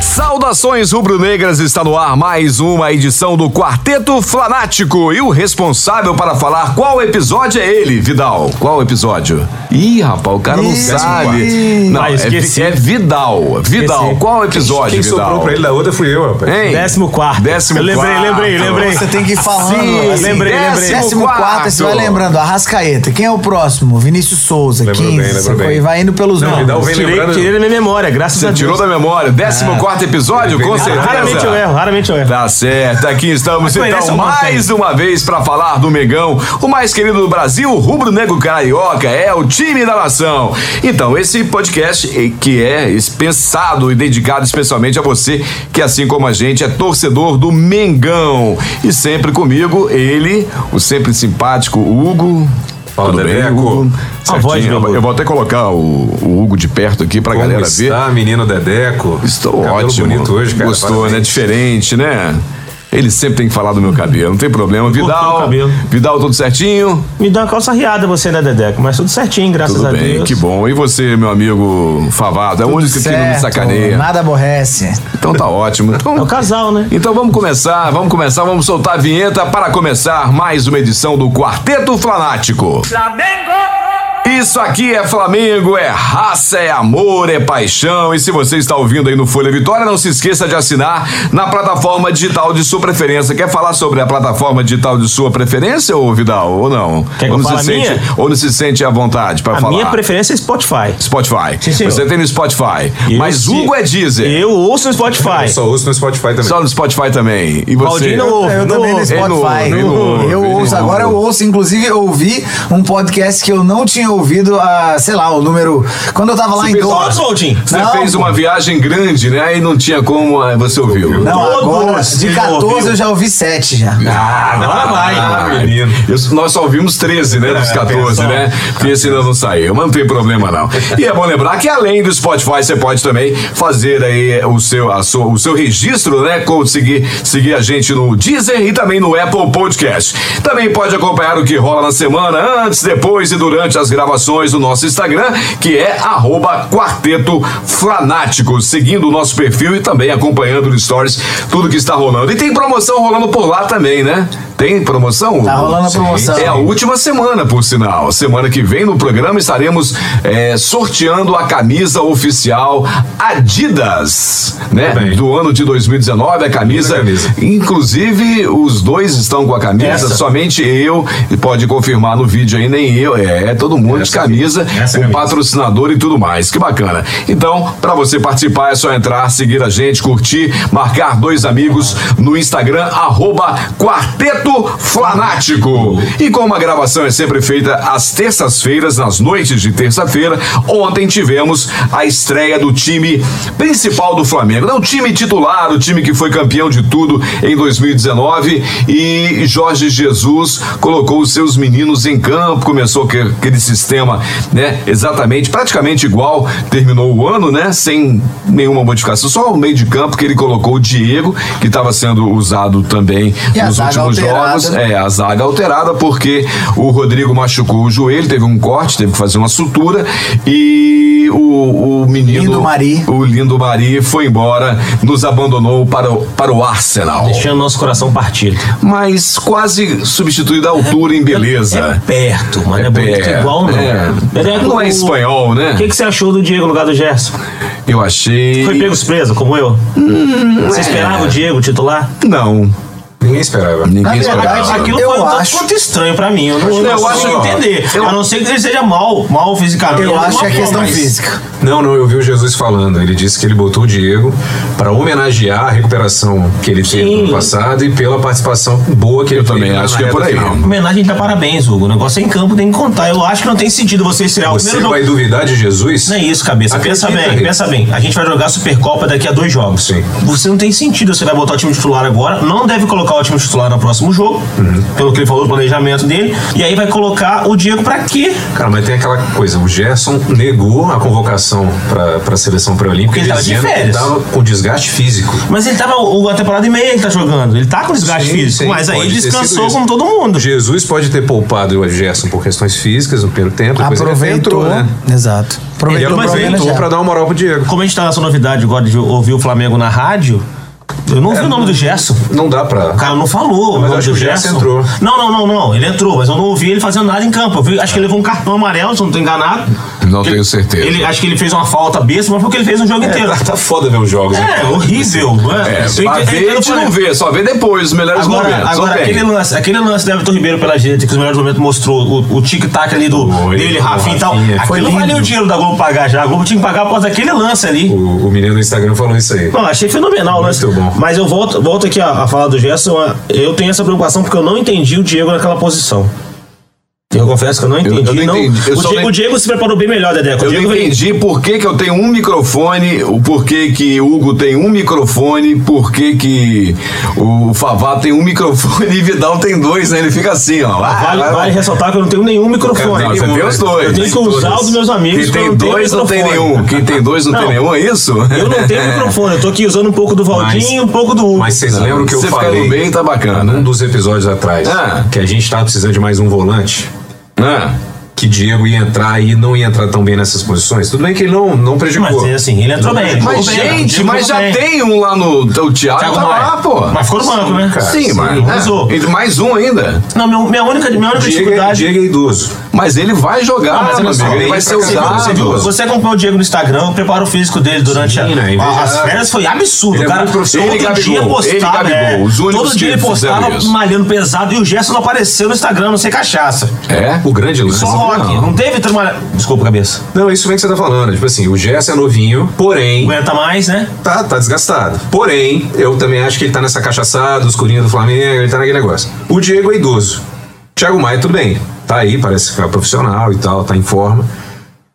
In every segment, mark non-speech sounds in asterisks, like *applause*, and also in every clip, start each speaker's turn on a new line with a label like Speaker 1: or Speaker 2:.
Speaker 1: Saudações rubro-negras, está no ar mais uma edição do Quarteto Flanático e o responsável para falar qual episódio é ele, Vidal. Qual episódio? Ih, rapaz, o cara não sabe. Não,
Speaker 2: Ah,
Speaker 1: é,
Speaker 2: esqueci.
Speaker 1: é Vidal. Vidal,
Speaker 2: Esqueci.
Speaker 1: qual episódio,
Speaker 3: Quem
Speaker 1: Vidal?
Speaker 3: soprou pra ele da outra fui eu, rapaz.
Speaker 1: Hein?
Speaker 2: Décimo quarto.
Speaker 1: Décimo
Speaker 2: Eu lembrei,
Speaker 1: quarto.
Speaker 2: lembrei, lembrei.
Speaker 4: Você tem que ir falando.
Speaker 1: Sim,
Speaker 4: assim.
Speaker 2: lembrei, lembrei.
Speaker 4: Décimo quarto, você vai lembrando. Arrascaeta. Quem é o próximo? Vinícius Souza,
Speaker 3: Lembrou
Speaker 4: 15.
Speaker 3: bem, lembrou
Speaker 4: sacou?
Speaker 3: bem.
Speaker 4: E vai indo pelos
Speaker 3: Não, me dá o
Speaker 4: nomes.
Speaker 3: vem
Speaker 2: Tirei,
Speaker 3: lembrando.
Speaker 2: tirei da minha memória, graças a
Speaker 1: Você
Speaker 2: Deus.
Speaker 1: tirou da memória? Décimo quarto episódio, com certeza.
Speaker 2: Raramente Ah, eu erro, raramente eu erro.
Speaker 1: Tá certo, aqui estamos
Speaker 2: Mas conhece
Speaker 1: então
Speaker 2: alguma
Speaker 1: mais uma vez para falar do Mengão, o mais querido do Brasil, o rubro-negro carioca, é o time da nação. Então, esse podcast eh, que é es- pensado e dedicado especialmente a você, que assim como a gente é torcedor do Mengão. E sempre comigo, ele, o sempre simpático Hugo.
Speaker 3: Fala,
Speaker 1: Tudo bem,
Speaker 3: Dedeco.
Speaker 1: Hugo?
Speaker 2: A voz
Speaker 1: Certinho,
Speaker 2: do Hugo.
Speaker 1: eu vou até colocar o, o Hugo de perto aqui pra
Speaker 3: Como
Speaker 1: galera ver.
Speaker 3: está, menino Dedeco?
Speaker 1: Estou
Speaker 3: Cabelo
Speaker 1: ótimo.
Speaker 3: bonito hoje, cara.
Speaker 1: Gostou,
Speaker 3: Parabéns.
Speaker 1: né? Diferente, né? Ele sempre tem que falar do meu cabelo, não tem problema.
Speaker 2: Cortou o
Speaker 1: Vidal,
Speaker 2: cabelo.
Speaker 1: Vidal, tudo certinho?
Speaker 2: Me dá uma calça riada você, né, Dedeco? Mas tudo certinho, graças
Speaker 1: Tudo
Speaker 2: a
Speaker 1: bem,
Speaker 2: Deus.
Speaker 1: que bom. E você, meu amigo Favado? É o único que não me
Speaker 4: Certo,
Speaker 1: sacaneia.
Speaker 4: Nada aborrece.
Speaker 1: Então tá ótimo. Então,
Speaker 2: É o casal, né?
Speaker 1: Então vamos começar, vamos começar, vamos soltar a vinheta para começar mais uma edição do Quarteto Flanático. Flamengo! Isso aqui é Flamengo, é raça, é amor, é paixão. E se você está ouvindo aí no Folha Vitória, não se esqueça de assinar na plataforma digital de sua preferência. Quer falar sobre a plataforma digital de sua preferência, ô Vidal, ou não?
Speaker 2: Quer que
Speaker 1: ou,
Speaker 2: eu
Speaker 1: não
Speaker 2: fale a
Speaker 1: se sente,
Speaker 2: minha?
Speaker 1: ou não se sente à vontade para
Speaker 2: A
Speaker 1: falar?
Speaker 2: minha preferência é Spotify.
Speaker 1: Spotify.
Speaker 2: Sim, senhor.
Speaker 1: você tem no Spotify.
Speaker 2: Eu
Speaker 1: Mas
Speaker 2: se-
Speaker 1: Hugo é Deezer.
Speaker 2: Eu ouço no
Speaker 3: Eu
Speaker 2: Spotify.
Speaker 3: só ouço no Spotify também.
Speaker 1: Só no Spotify também. E você?
Speaker 2: Claudinho não ouve.
Speaker 4: Eu
Speaker 2: No-
Speaker 4: também
Speaker 2: é
Speaker 4: no Spotify.
Speaker 1: no- no-
Speaker 4: eu
Speaker 1: no-
Speaker 4: ouço,
Speaker 1: no-
Speaker 4: agora eu ouço, inclusive eu ouvi um podcast que eu não tinha ouvido, a, sei lá, o número. Quando eu tava lá em
Speaker 1: fez
Speaker 4: Doha.
Speaker 2: Todos, Voltinho.
Speaker 1: Você
Speaker 4: Não,
Speaker 1: fez
Speaker 4: pô.
Speaker 1: uma viagem grande, né? E não tinha como. ah, Você ouviu.
Speaker 4: Não, agora,
Speaker 2: Todos
Speaker 4: de
Speaker 2: ele
Speaker 4: 14
Speaker 2: ouviu.
Speaker 4: eu já ouvi 7 já.
Speaker 1: Ah,
Speaker 3: lá vai, né, menino?
Speaker 1: *laughs* Eu- nós só ouvimos 13, né? Dos 14, né? Porque esse ainda não saiu, mas não tem problema não. E é bom lembrar que além do Spotify, você pode também fazer aí o seu, a sua- o seu registro, né? Conseguir seguir a gente no Deezer e também no Apple Podcast. Também pode acompanhar o que rola na semana, antes, depois e durante as gravações do nosso Instagram, que é arroba Quarteto Flanático, seguindo o nosso perfil e também acompanhando no Stories tudo que está rolando. E tem promoção rolando por lá também, né? Tem promoção?
Speaker 4: Tá rolando a
Speaker 1: Sim.
Speaker 4: promoção.
Speaker 1: É a última semana, por sinal. Semana que vem no programa estaremos é, sorteando a camisa oficial Adidas, né?
Speaker 4: Tá
Speaker 3: Muito bem.
Speaker 1: Do ano de 2019, a camisa.
Speaker 3: Linda camisa.
Speaker 1: Inclusive, os dois estão com a camisa,
Speaker 2: Essa.
Speaker 1: somente eu, e pode confirmar no vídeo aí, nem eu, é todo mundo de
Speaker 3: Essa
Speaker 1: camisa,
Speaker 3: aqui. Essa
Speaker 1: com
Speaker 3: camisa.
Speaker 1: patrocinador e tudo mais. Que bacana. Então, para você participar, é só entrar, seguir a gente, curtir, marcar dois amigos no Instagram, arroba Quarteto Flanático. E como a gravação é sempre feita às terças-feiras, nas noites de terça-feira, ontem tivemos a estreia do time principal do Flamengo. Não, o time titular, o time que foi campeão de tudo em 2019. E Jorge Jesus colocou os seus meninos em campo, começou que- aquele sistema, né? Exatamente, praticamente igual, terminou o ano, né? Sem nenhuma modificação, só o meio de campo que ele colocou o Diego, que estava sendo usado também
Speaker 4: E a
Speaker 1: nos
Speaker 4: zaga
Speaker 1: últimos
Speaker 4: alterada,
Speaker 1: jogos.
Speaker 4: né?
Speaker 1: É, a zaga alterada porque o Rodrigo machucou o joelho, teve um corte, teve que fazer uma sutura e o, o menino.
Speaker 4: Lindo Mari.
Speaker 1: O Lindo Mari foi embora, nos abandonou para o, para o Arsenal.
Speaker 2: Deixando nosso coração partido.
Speaker 1: Mas quase substituído a altura em beleza.
Speaker 2: É perto, mas
Speaker 1: É
Speaker 2: não é bonito
Speaker 1: perto,
Speaker 2: igual, não.
Speaker 1: é.
Speaker 2: Dedeco,
Speaker 1: Não é
Speaker 2: o-
Speaker 1: espanhol, né?
Speaker 2: O que, que você achou do Diego no lugar do Gerson?
Speaker 1: Eu achei.
Speaker 2: Foi pego surpresa, como eu? você esperava o Diego titular?
Speaker 1: Não.
Speaker 3: Ninguém esperava.
Speaker 4: Na
Speaker 1: Ninguém
Speaker 4: verdade,
Speaker 1: esperava.
Speaker 2: Aquilo
Speaker 4: eu
Speaker 2: foi um tanto
Speaker 4: acho-
Speaker 2: quanto estranho pra mim. Eu não, eu
Speaker 1: eu
Speaker 2: não
Speaker 1: acho-
Speaker 2: consigo entender.
Speaker 1: eu-
Speaker 2: a não ser que ele seja mal, mal fisicamente.
Speaker 4: Eu acho que é
Speaker 2: Alguma
Speaker 4: questão
Speaker 2: forma, mas-
Speaker 4: física.
Speaker 3: Não, não, eu vi o Jesus falando. Ele disse que ele botou o Diego para homenagear a recuperação que ele teve no ano passado e pela participação boa que ele
Speaker 1: Eu
Speaker 3: teve
Speaker 1: também
Speaker 3: na
Speaker 1: acho que é
Speaker 3: reta
Speaker 1: por aí.
Speaker 3: final.
Speaker 2: Homenagem dá parabéns, Hugo. O negócio é em campo, tem que contar. Eu acho que não tem sentido você estrear o
Speaker 3: Você
Speaker 2: primeiro
Speaker 3: vai
Speaker 2: jogo.
Speaker 3: duvidar de Jesus?
Speaker 2: Não é isso, cabeça.
Speaker 3: Acredita,
Speaker 2: pensa bem,
Speaker 3: Rick.
Speaker 2: pensa bem. A gente vai jogar a Supercopa daqui a dois jogos.
Speaker 3: Sim.
Speaker 2: Você não tem sentido, você vai botar o time titular agora, não deve colocar o ótimo titular no próximo jogo,
Speaker 3: Uhum.
Speaker 2: pelo que ele falou do planejamento dele. E aí vai colocar o Diego pra quê?
Speaker 3: Cara, mas tem aquela coisa, o Gerson negou a convocação pra, pra seleção pré-olímpica
Speaker 2: Porque ele tava de
Speaker 3: dizendo que
Speaker 2: férias.
Speaker 3: tava com desgaste físico.
Speaker 2: Mas ele tava o- a temporada e meia ele tá jogando. Ele tá com desgaste
Speaker 3: Sim,
Speaker 2: físico,
Speaker 3: sim,
Speaker 2: mas aí
Speaker 3: pode ter sido
Speaker 2: descansou
Speaker 3: isso.
Speaker 2: como todo mundo.
Speaker 3: Jesus pode ter poupado o Gerson por questões físicas no primeiro tempo, depois ele até
Speaker 4: Aproveitou.
Speaker 3: entrou, né?
Speaker 4: Exato.
Speaker 3: Ele
Speaker 4: Aproveitou pra
Speaker 3: aproveitou
Speaker 4: homenagear.
Speaker 3: pra dar uma moral pro Diego.
Speaker 2: Como a gente tá nessa novidade agora de ouvir o Flamengo na rádio, eu não ouvi o nome do Gerson.
Speaker 3: É, Não dá pra.
Speaker 2: O cara não falou. o
Speaker 3: Mas
Speaker 2: nome
Speaker 3: acho
Speaker 2: do
Speaker 3: que o Gerson entrou.
Speaker 2: Não, não, não, não. Ele entrou, mas eu não ouvi ele fazendo nada em campo. Eu vi- acho que ele levou um cartão amarelo, se eu não tô enganado.
Speaker 1: Não
Speaker 2: Ele-
Speaker 1: tenho certeza.
Speaker 2: Ele, acho que ele fez uma falta besta, mas foi o que ele fez no jogo inteiro.
Speaker 3: Tá foda ver os jogos, né?
Speaker 2: É, horrível.
Speaker 1: É,
Speaker 2: eu
Speaker 1: pra
Speaker 2: entendo- eu
Speaker 1: ver,
Speaker 2: entendo
Speaker 1: a gente
Speaker 2: por
Speaker 1: não
Speaker 2: aí.
Speaker 1: vê, só vê depois, os melhores
Speaker 2: Agora,
Speaker 1: momentos.
Speaker 2: agora
Speaker 1: ok.
Speaker 2: aquele, lance, aquele lance do Everton Ribeiro pela gente, que os melhores momentos mostrou, o, o tic-tac ali do,
Speaker 3: Foi,
Speaker 2: dele,
Speaker 3: o
Speaker 2: Rafinha e tal.
Speaker 3: Rafinha, foi
Speaker 2: Aquilo valeu
Speaker 3: lindo.
Speaker 2: o dinheiro da Globo pagar já. A Globo tinha que pagar por causa daquele lance ali.
Speaker 3: O, o menino no Instagram falou isso aí.
Speaker 2: Não, achei fenomenal o lance.
Speaker 3: Muito bom.
Speaker 2: Mas eu volto, volto aqui a, a falar do Gerson. a- Eu tenho essa preocupação porque eu não entendi o Diego naquela posição. Eu confesso que eu não entendi.
Speaker 1: eu não entendi. Eu
Speaker 2: o,
Speaker 1: só
Speaker 2: Diego,
Speaker 1: não-
Speaker 2: o Diego se preparou bem melhor, Dedeco. O
Speaker 1: Eu
Speaker 2: Diego
Speaker 1: não entendi por que, que eu tenho um microfone, o porquê que Hugo tem um microfone, por que que o Favá tem um microfone e Vidal tem dois, né? Ele fica assim, ó. Ah,
Speaker 2: Vale,
Speaker 1: vai, É,
Speaker 2: vale ressaltar que eu não tenho nenhum microfone.
Speaker 1: Não, você tem os dois.
Speaker 2: Eu tenho que usar o dos meus amigos.
Speaker 1: Quem
Speaker 2: que eu
Speaker 1: tem
Speaker 2: não tenho
Speaker 1: dois não tem
Speaker 2: microfone.
Speaker 1: nenhum. Quem tem dois não,
Speaker 2: Não.
Speaker 1: tem nenhum, é isso?
Speaker 2: Eu não
Speaker 1: *laughs*
Speaker 2: tenho microfone. Eu tô aqui usando um pouco do Valdinho e um pouco do Hugo.
Speaker 3: Mas vocês lembram que eu
Speaker 1: Você fica
Speaker 3: falei
Speaker 1: no meio, tá bacana.
Speaker 3: num dos episódios atrás
Speaker 1: Ah.
Speaker 3: que a gente tava precisando de mais um volante?
Speaker 1: Ah,
Speaker 3: Que Diego ia entrar e não ia entrar tão bem nessas posições. Tudo bem que ele não, não prejudicou.
Speaker 2: Mas assim, ele entrou bem. ele
Speaker 1: Mas,
Speaker 2: jogou bem,
Speaker 1: gente,
Speaker 2: ele
Speaker 1: mas
Speaker 2: jogou
Speaker 1: já
Speaker 2: bem.
Speaker 1: tem um lá no. O Thiago,
Speaker 2: Thiago
Speaker 1: tá lá,
Speaker 2: Maia.
Speaker 1: pô.
Speaker 2: Mas ficou no banco, né?
Speaker 1: Sim, mas.
Speaker 2: mas usou.
Speaker 1: é, ele- mais um ainda.
Speaker 2: Não, meu- minha única, minha única
Speaker 3: Diego, é-
Speaker 2: dificuldade.
Speaker 3: Diego é idoso.
Speaker 1: Mas ele vai jogar,
Speaker 2: Ah, mas
Speaker 1: meu
Speaker 2: olha só,
Speaker 1: amigo, ele vai ser
Speaker 3: pra
Speaker 2: você,
Speaker 3: caramba,
Speaker 1: usado.
Speaker 2: você, viu, você acompanhou o Diego no Instagram, o preparo físico dele durante
Speaker 3: Sim,
Speaker 2: a-
Speaker 3: né,
Speaker 2: a-
Speaker 3: invejável.
Speaker 2: as férias foi absurdo. o
Speaker 3: Ele é
Speaker 2: cara
Speaker 3: muito profissional.
Speaker 2: todo
Speaker 1: Ele e
Speaker 2: dia
Speaker 1: Gabigol, ele e
Speaker 2: postava. é,
Speaker 1: Gabigol, os únicos
Speaker 2: todo dia
Speaker 1: que
Speaker 2: ele postava
Speaker 1: fizeram isso.
Speaker 2: malhando pesado e o Gerson não apareceu no Instagram, não sei cachaça.
Speaker 1: É?
Speaker 3: O grande lance.
Speaker 2: Só rock. Não,
Speaker 3: Não.
Speaker 2: teve trabalho. Desculpa, cabeça.
Speaker 3: Não, isso bem que você tá falando. Tipo assim, o Gerson é novinho, porém.
Speaker 2: Aguenta mais, né?
Speaker 3: Tá, tá desgastado. Porém, eu também acho que ele tá nessa cachaçada, os corinhos do Flamengo, ele tá naquele negócio. O Diego é idoso. Thiago Maia, tudo bem. Tá aí, parece que é profissional e tal, tá em forma.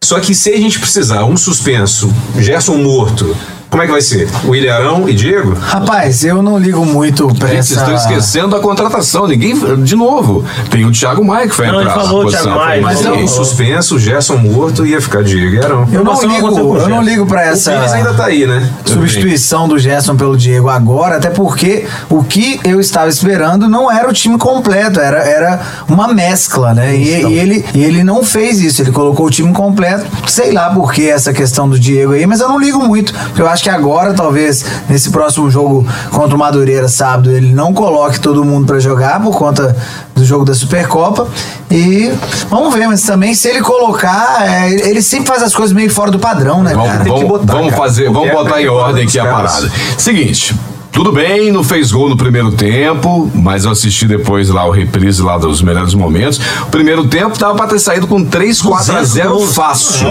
Speaker 3: Só que se a gente precisar um suspenso, Gerson morto, como é que vai ser? O Ilharão e Diego?
Speaker 4: Rapaz, eu não ligo muito pra
Speaker 1: Gente,
Speaker 4: essa...
Speaker 1: vocês estão esquecendo a contratação. Ninguém. De novo, tem o Thiago Maia que foi
Speaker 2: Não, ele
Speaker 1: entrar. na
Speaker 2: falou o
Speaker 1: posição.
Speaker 2: Thiago Maia,
Speaker 1: Mas é
Speaker 2: ele
Speaker 1: não-
Speaker 3: Um suspenso, Gerson morto, ia ficar Diego e Ilharão.
Speaker 4: Eu não
Speaker 2: Nossa, não aconteceu com
Speaker 4: ligo,
Speaker 2: o
Speaker 4: eu não
Speaker 2: Gerson.
Speaker 4: ligo pra
Speaker 3: O
Speaker 4: essa...
Speaker 3: Pires ainda tá aí, né?
Speaker 4: substituição do Gerson pelo Diego agora, até porque o que eu estava esperando não era o time completo, era, era uma mescla, né? E, e ele, e ele não fez isso, ele colocou o time completo. Sei lá por que essa questão do Diego aí, mas eu não ligo muito, porque eu acho que agora, talvez, nesse próximo jogo contra o Madureira, sábado, ele não coloque todo mundo pra jogar por conta do jogo da Supercopa. E vamos ver, mas também se ele colocar, é, ele ele sempre faz as coisas meio fora do padrão, né, cara?
Speaker 1: Vamos, vamos-
Speaker 3: botar,
Speaker 1: vamos
Speaker 3: cara.
Speaker 1: fazer, vamos
Speaker 3: Qualquer
Speaker 1: botar em
Speaker 3: coisa
Speaker 1: ordem
Speaker 3: dos
Speaker 1: aqui a
Speaker 3: caras.
Speaker 1: parada. Seguinte. Tudo bem, não fez gol no primeiro tempo, mas eu assisti depois lá o reprise lá dos melhores momentos. O primeiro tempo tava pra ter saído com 3, 4 a 0
Speaker 2: gols.
Speaker 1: fácil.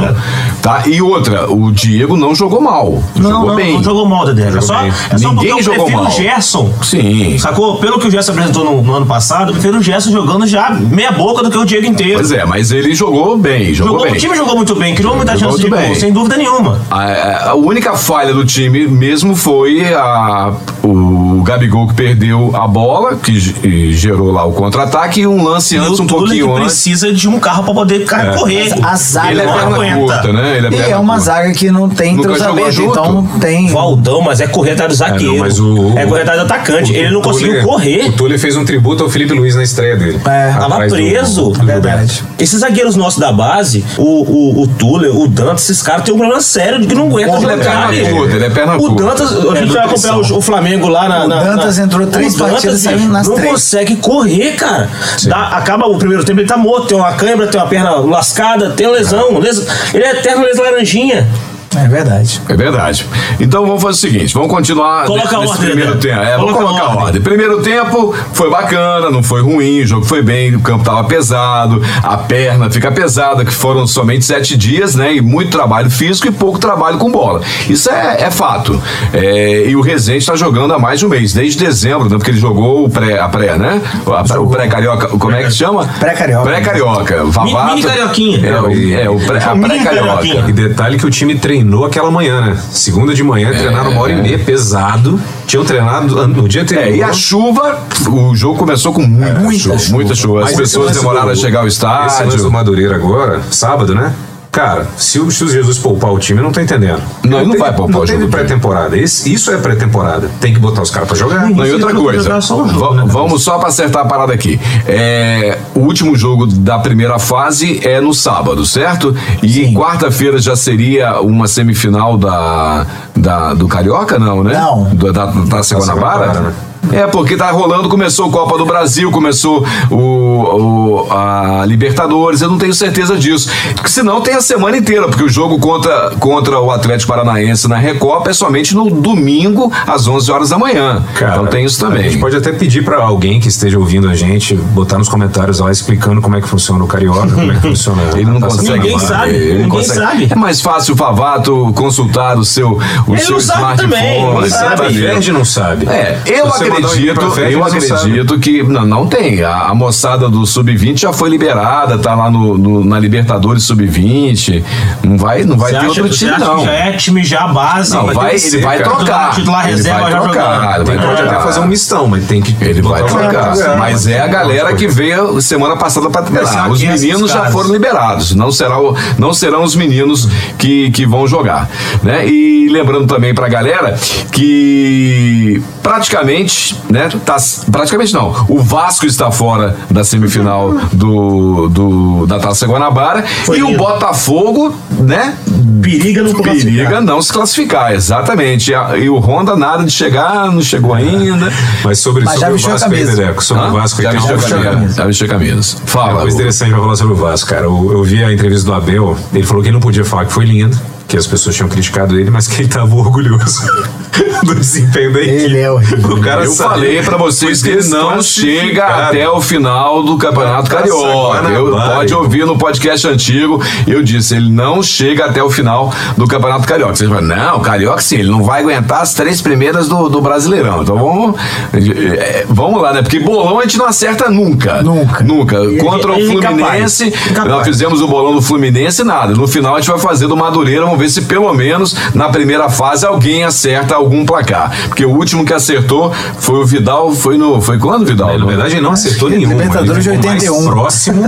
Speaker 1: Tá? E outra, o Diego não jogou mal.
Speaker 2: Não,
Speaker 1: jogou
Speaker 2: não,
Speaker 1: bem.
Speaker 2: não jogou mal, Dedé. É só,
Speaker 1: bem.
Speaker 2: é só porque
Speaker 1: Ninguém
Speaker 2: eu
Speaker 1: jogou
Speaker 2: prefiro
Speaker 1: mal.
Speaker 2: o Gerson.
Speaker 1: Sim.
Speaker 2: Sacou? Pelo que o Gerson apresentou no, no ano passado, eu prefiro o Gerson jogando já meia boca do que o Diego inteiro.
Speaker 1: Pois é, mas ele jogou bem, jogou,
Speaker 2: Jogou-
Speaker 1: bem.
Speaker 2: O time jogou muito bem, criou muita
Speaker 1: Jogou
Speaker 2: chance de
Speaker 1: muito bem.
Speaker 2: gol, sem dúvida nenhuma.
Speaker 1: A, a única falha do time mesmo foi a, o Gabigol que perdeu a bola, que ge- e gerou lá o contra-ataque, e um lance antes,
Speaker 2: e
Speaker 1: um
Speaker 2: o Tuller que
Speaker 1: pouquinho antes.
Speaker 2: precisa de um carro pra poder cara, correr.
Speaker 4: Mas a zaga
Speaker 1: Ele é
Speaker 4: não
Speaker 1: perna curta, né? Ele é
Speaker 4: E
Speaker 1: perna
Speaker 4: é uma
Speaker 1: curta.
Speaker 4: zaga que não tem
Speaker 1: Nunca
Speaker 4: entrosamento,
Speaker 1: jogou
Speaker 4: então
Speaker 1: junto.
Speaker 4: tem.
Speaker 2: Valdão, mas é correr atrás do zagueiro.
Speaker 3: não, mas o-
Speaker 2: é correr atrás do atacante.
Speaker 3: O-
Speaker 2: ele não
Speaker 3: o
Speaker 2: conseguiu
Speaker 3: Tuller-
Speaker 1: é
Speaker 2: correr.
Speaker 3: O Túlio fez um tributo ao Felipe Luiz na estreia dele.
Speaker 4: É,
Speaker 2: Tava
Speaker 3: Atrás do-
Speaker 2: preso. É
Speaker 3: do Gilberto.
Speaker 4: Verdade.
Speaker 2: Esses zagueiros nossos da base, o, o, o Tuller, o Dantas, esses caras têm um problema sério de que não aguentam
Speaker 1: Ele é
Speaker 2: jogar.
Speaker 1: perna
Speaker 2: velho.
Speaker 1: curta, ele é perna
Speaker 2: O
Speaker 1: curta.
Speaker 2: Dantas, a gente vai acompanhar o, o Flamengo lá na.
Speaker 4: O
Speaker 2: na- na-
Speaker 4: Dantas entrou
Speaker 2: É o
Speaker 4: três
Speaker 2: Dantas,
Speaker 4: partidas
Speaker 2: bicho,
Speaker 4: saindo nas
Speaker 2: Não
Speaker 4: três.
Speaker 2: consegue correr, cara. Dá- acaba o primeiro tempo, ele tá morto, tem uma câimbra, tem uma perna lascada, tem lesão. les- ele é eterno les laranjinha.
Speaker 4: É verdade.
Speaker 1: É verdade. Então vamos fazer o seguinte, vamos continuar
Speaker 2: Coloca
Speaker 1: nesse
Speaker 2: a ordem,
Speaker 1: primeiro
Speaker 2: Dedé.
Speaker 1: tempo. É, vamos
Speaker 2: Coloca a
Speaker 1: colocar a
Speaker 2: ordem.
Speaker 1: ordem. Primeiro tempo foi bacana, não foi ruim, o jogo foi bem, o campo tava pesado, a perna fica pesada, que foram somente sete dias, né? E muito trabalho físico e pouco trabalho com bola. Isso é, é fato. É, e o Rezende está jogando há mais de um mês, desde dezembro, né? Porque ele jogou o pré, a pré, né? O, a- o pré-carioca, como é que chama?
Speaker 4: Pré-carioca.
Speaker 1: Pré-carioca. Vavato.
Speaker 2: mini carioquinha.
Speaker 1: É, o- é, o pré, a
Speaker 2: Mini
Speaker 1: pré-carioca.
Speaker 2: carioquinha.
Speaker 3: E Ah, detalhe que o time trein- treinou aquela manhã, né? Segunda de manhã, treinaram uma hora e meia, pesado. Tinham treinado an- no dia anterior.
Speaker 1: É, e a chuva, o jogo começou com muita, chuva, Muita chuva. As
Speaker 3: Mas
Speaker 1: pessoas
Speaker 3: esse lance
Speaker 1: demoraram
Speaker 3: do-
Speaker 1: a chegar ao
Speaker 3: Esse lance do
Speaker 1: estádio.
Speaker 3: Madureira agora, sábado, né? Cara, se o, se o Jesus poupar o time, eu não tô entendendo.
Speaker 1: Não, ele não vai poupar
Speaker 3: não
Speaker 1: o jogo
Speaker 3: teve
Speaker 1: do time.
Speaker 3: pré-temporada. Esse- Isso é pré-temporada. Tem que botar os caras pra jogar.
Speaker 1: Não, e outra coisa, va- vamos só para acertar a parada aqui. É, o último jogo da primeira fase é no sábado, certo? E quarta-feira já seria uma semifinal da, da- do Carioca, não, né?
Speaker 4: Não.
Speaker 1: Do- da, da Taça Guanabara?
Speaker 3: Guanabara, né?
Speaker 1: É, porque tá rolando, começou a Copa do Brasil, começou o, o- a Libertadores, eu não tenho certeza disso. Porque Senão tem a semana inteira, porque o jogo contra, contra o Atlético Paranaense na Recopa é somente no domingo, às 11 horas da manhã.
Speaker 3: Cara,
Speaker 1: então tem isso
Speaker 3: A gente
Speaker 1: também.
Speaker 3: pode até pedir pra alguém que esteja ouvindo a gente botar nos comentários lá explicando como é que funciona o carioca, como é que funciona.
Speaker 1: *laughs* Ele não
Speaker 3: a taça
Speaker 1: consegue.
Speaker 3: Guanabara.
Speaker 2: Ninguém sabe,
Speaker 1: ele
Speaker 2: ninguém sabe.
Speaker 1: É mais fácil o Favato consultar o seu, o
Speaker 2: Ele
Speaker 1: seu
Speaker 2: não sabe
Speaker 1: smartphone.
Speaker 2: também, não sabe.
Speaker 3: A
Speaker 1: exatamente.
Speaker 3: Ferd não sabe.
Speaker 1: É, eu
Speaker 3: Você mandar um e-mail pra
Speaker 1: acredito,
Speaker 3: Ferd,
Speaker 1: eu
Speaker 3: ele não sabe.
Speaker 1: acredito que não, não tem. A, a moçada do Sub-20 já foi liberada, tá lá no, no- na Libertadores Sub-20. Não vai, não vai
Speaker 2: Você
Speaker 1: ter
Speaker 2: acha-
Speaker 1: outro
Speaker 2: você
Speaker 1: time,
Speaker 2: acha que
Speaker 1: não.
Speaker 2: já é time já base.
Speaker 1: Não,
Speaker 2: ter
Speaker 1: vai-
Speaker 2: que
Speaker 1: ele
Speaker 2: ser,
Speaker 1: vai
Speaker 2: cara.
Speaker 1: trocar.
Speaker 2: Titular
Speaker 1: Ele
Speaker 2: reserva
Speaker 1: vai
Speaker 2: já
Speaker 1: trocar, ele
Speaker 2: jogando.
Speaker 1: vai
Speaker 3: Ele pode até
Speaker 1: trocar.
Speaker 3: fazer um mistão, mas tem que.
Speaker 1: Ele vai
Speaker 3: botar o cara
Speaker 1: trocar.
Speaker 3: pra jogar.
Speaker 1: Mas é a galera que veio semana passada para treinar. Os
Speaker 3: aquece os
Speaker 1: meninos já
Speaker 3: caras.
Speaker 1: foram liberados. Não, será o- não serão os meninos que, que vão jogar. Né? E lembrando também para a galera que praticamente, né? Tá, praticamente não. O Vasco está fora da semifinal do, do- da Taça Guanabara.
Speaker 2: Foi
Speaker 1: e o
Speaker 2: lindo.
Speaker 1: Botafogo, né?
Speaker 2: Periga no
Speaker 1: Periga não se classificar, exatamente. E a- E o Honda nada de chegar, não chegou ainda.
Speaker 3: Mas sobre,
Speaker 4: Mas já
Speaker 3: sobre o
Speaker 4: vestiu a
Speaker 3: Vasco aí,
Speaker 4: camisa.
Speaker 3: Dedeco, sobre
Speaker 1: Hã?
Speaker 3: o Vasco aí
Speaker 1: já
Speaker 3: tem
Speaker 1: vestiu
Speaker 3: uma
Speaker 1: a
Speaker 3: coisa-
Speaker 1: camisa. Já vestiu a camisa.
Speaker 3: Ah, Uma
Speaker 1: Fala.
Speaker 3: coisa
Speaker 1: Hugo.
Speaker 3: interessante pra falar sobre o Vasco, cara. Eu, eu vi a entrevista do Abel, ele falou que ele não podia falar que foi lindo, que as pessoas tinham criticado ele, mas que ele tava orgulhoso *laughs* do desempenho da equipe.
Speaker 4: Ele é horrível.
Speaker 3: O cara
Speaker 1: eu
Speaker 3: sabe-
Speaker 1: falei pra vocês que ele não chega até o final do Campeonato
Speaker 3: Taça
Speaker 1: Carioca.
Speaker 3: Guanabara,
Speaker 1: Eu, pode
Speaker 3: irmão.
Speaker 1: ouvir no podcast antigo, eu disse, ele não chega até o final do Campeonato Carioca. Vocês falam, não, Carioca sim, ele não vai aguentar as três primeiras do, do Brasileirão. Então vamos, eh, vamos lá, né? Porque bolão a gente não acerta nunca.
Speaker 4: Nunca.
Speaker 1: Nunca.
Speaker 2: E-
Speaker 1: Contra
Speaker 2: e-
Speaker 1: o
Speaker 2: e é incapaz.
Speaker 1: Fluminense, nós
Speaker 2: Incapaz.
Speaker 1: fizemos o bolão do Fluminense, nada. No final a gente vai fazer do Madureira, vamos ver se pelo menos na primeira fase alguém acerta algum placar. Porque o último que acertou foi o Vidal, foi no. Foi quando, Vidal?
Speaker 3: É, Na verdade, ele não acertou
Speaker 4: que
Speaker 3: nenhuma.
Speaker 4: Libertadores
Speaker 3: ele
Speaker 4: de
Speaker 3: ficou
Speaker 4: 81.
Speaker 3: Mais próximo,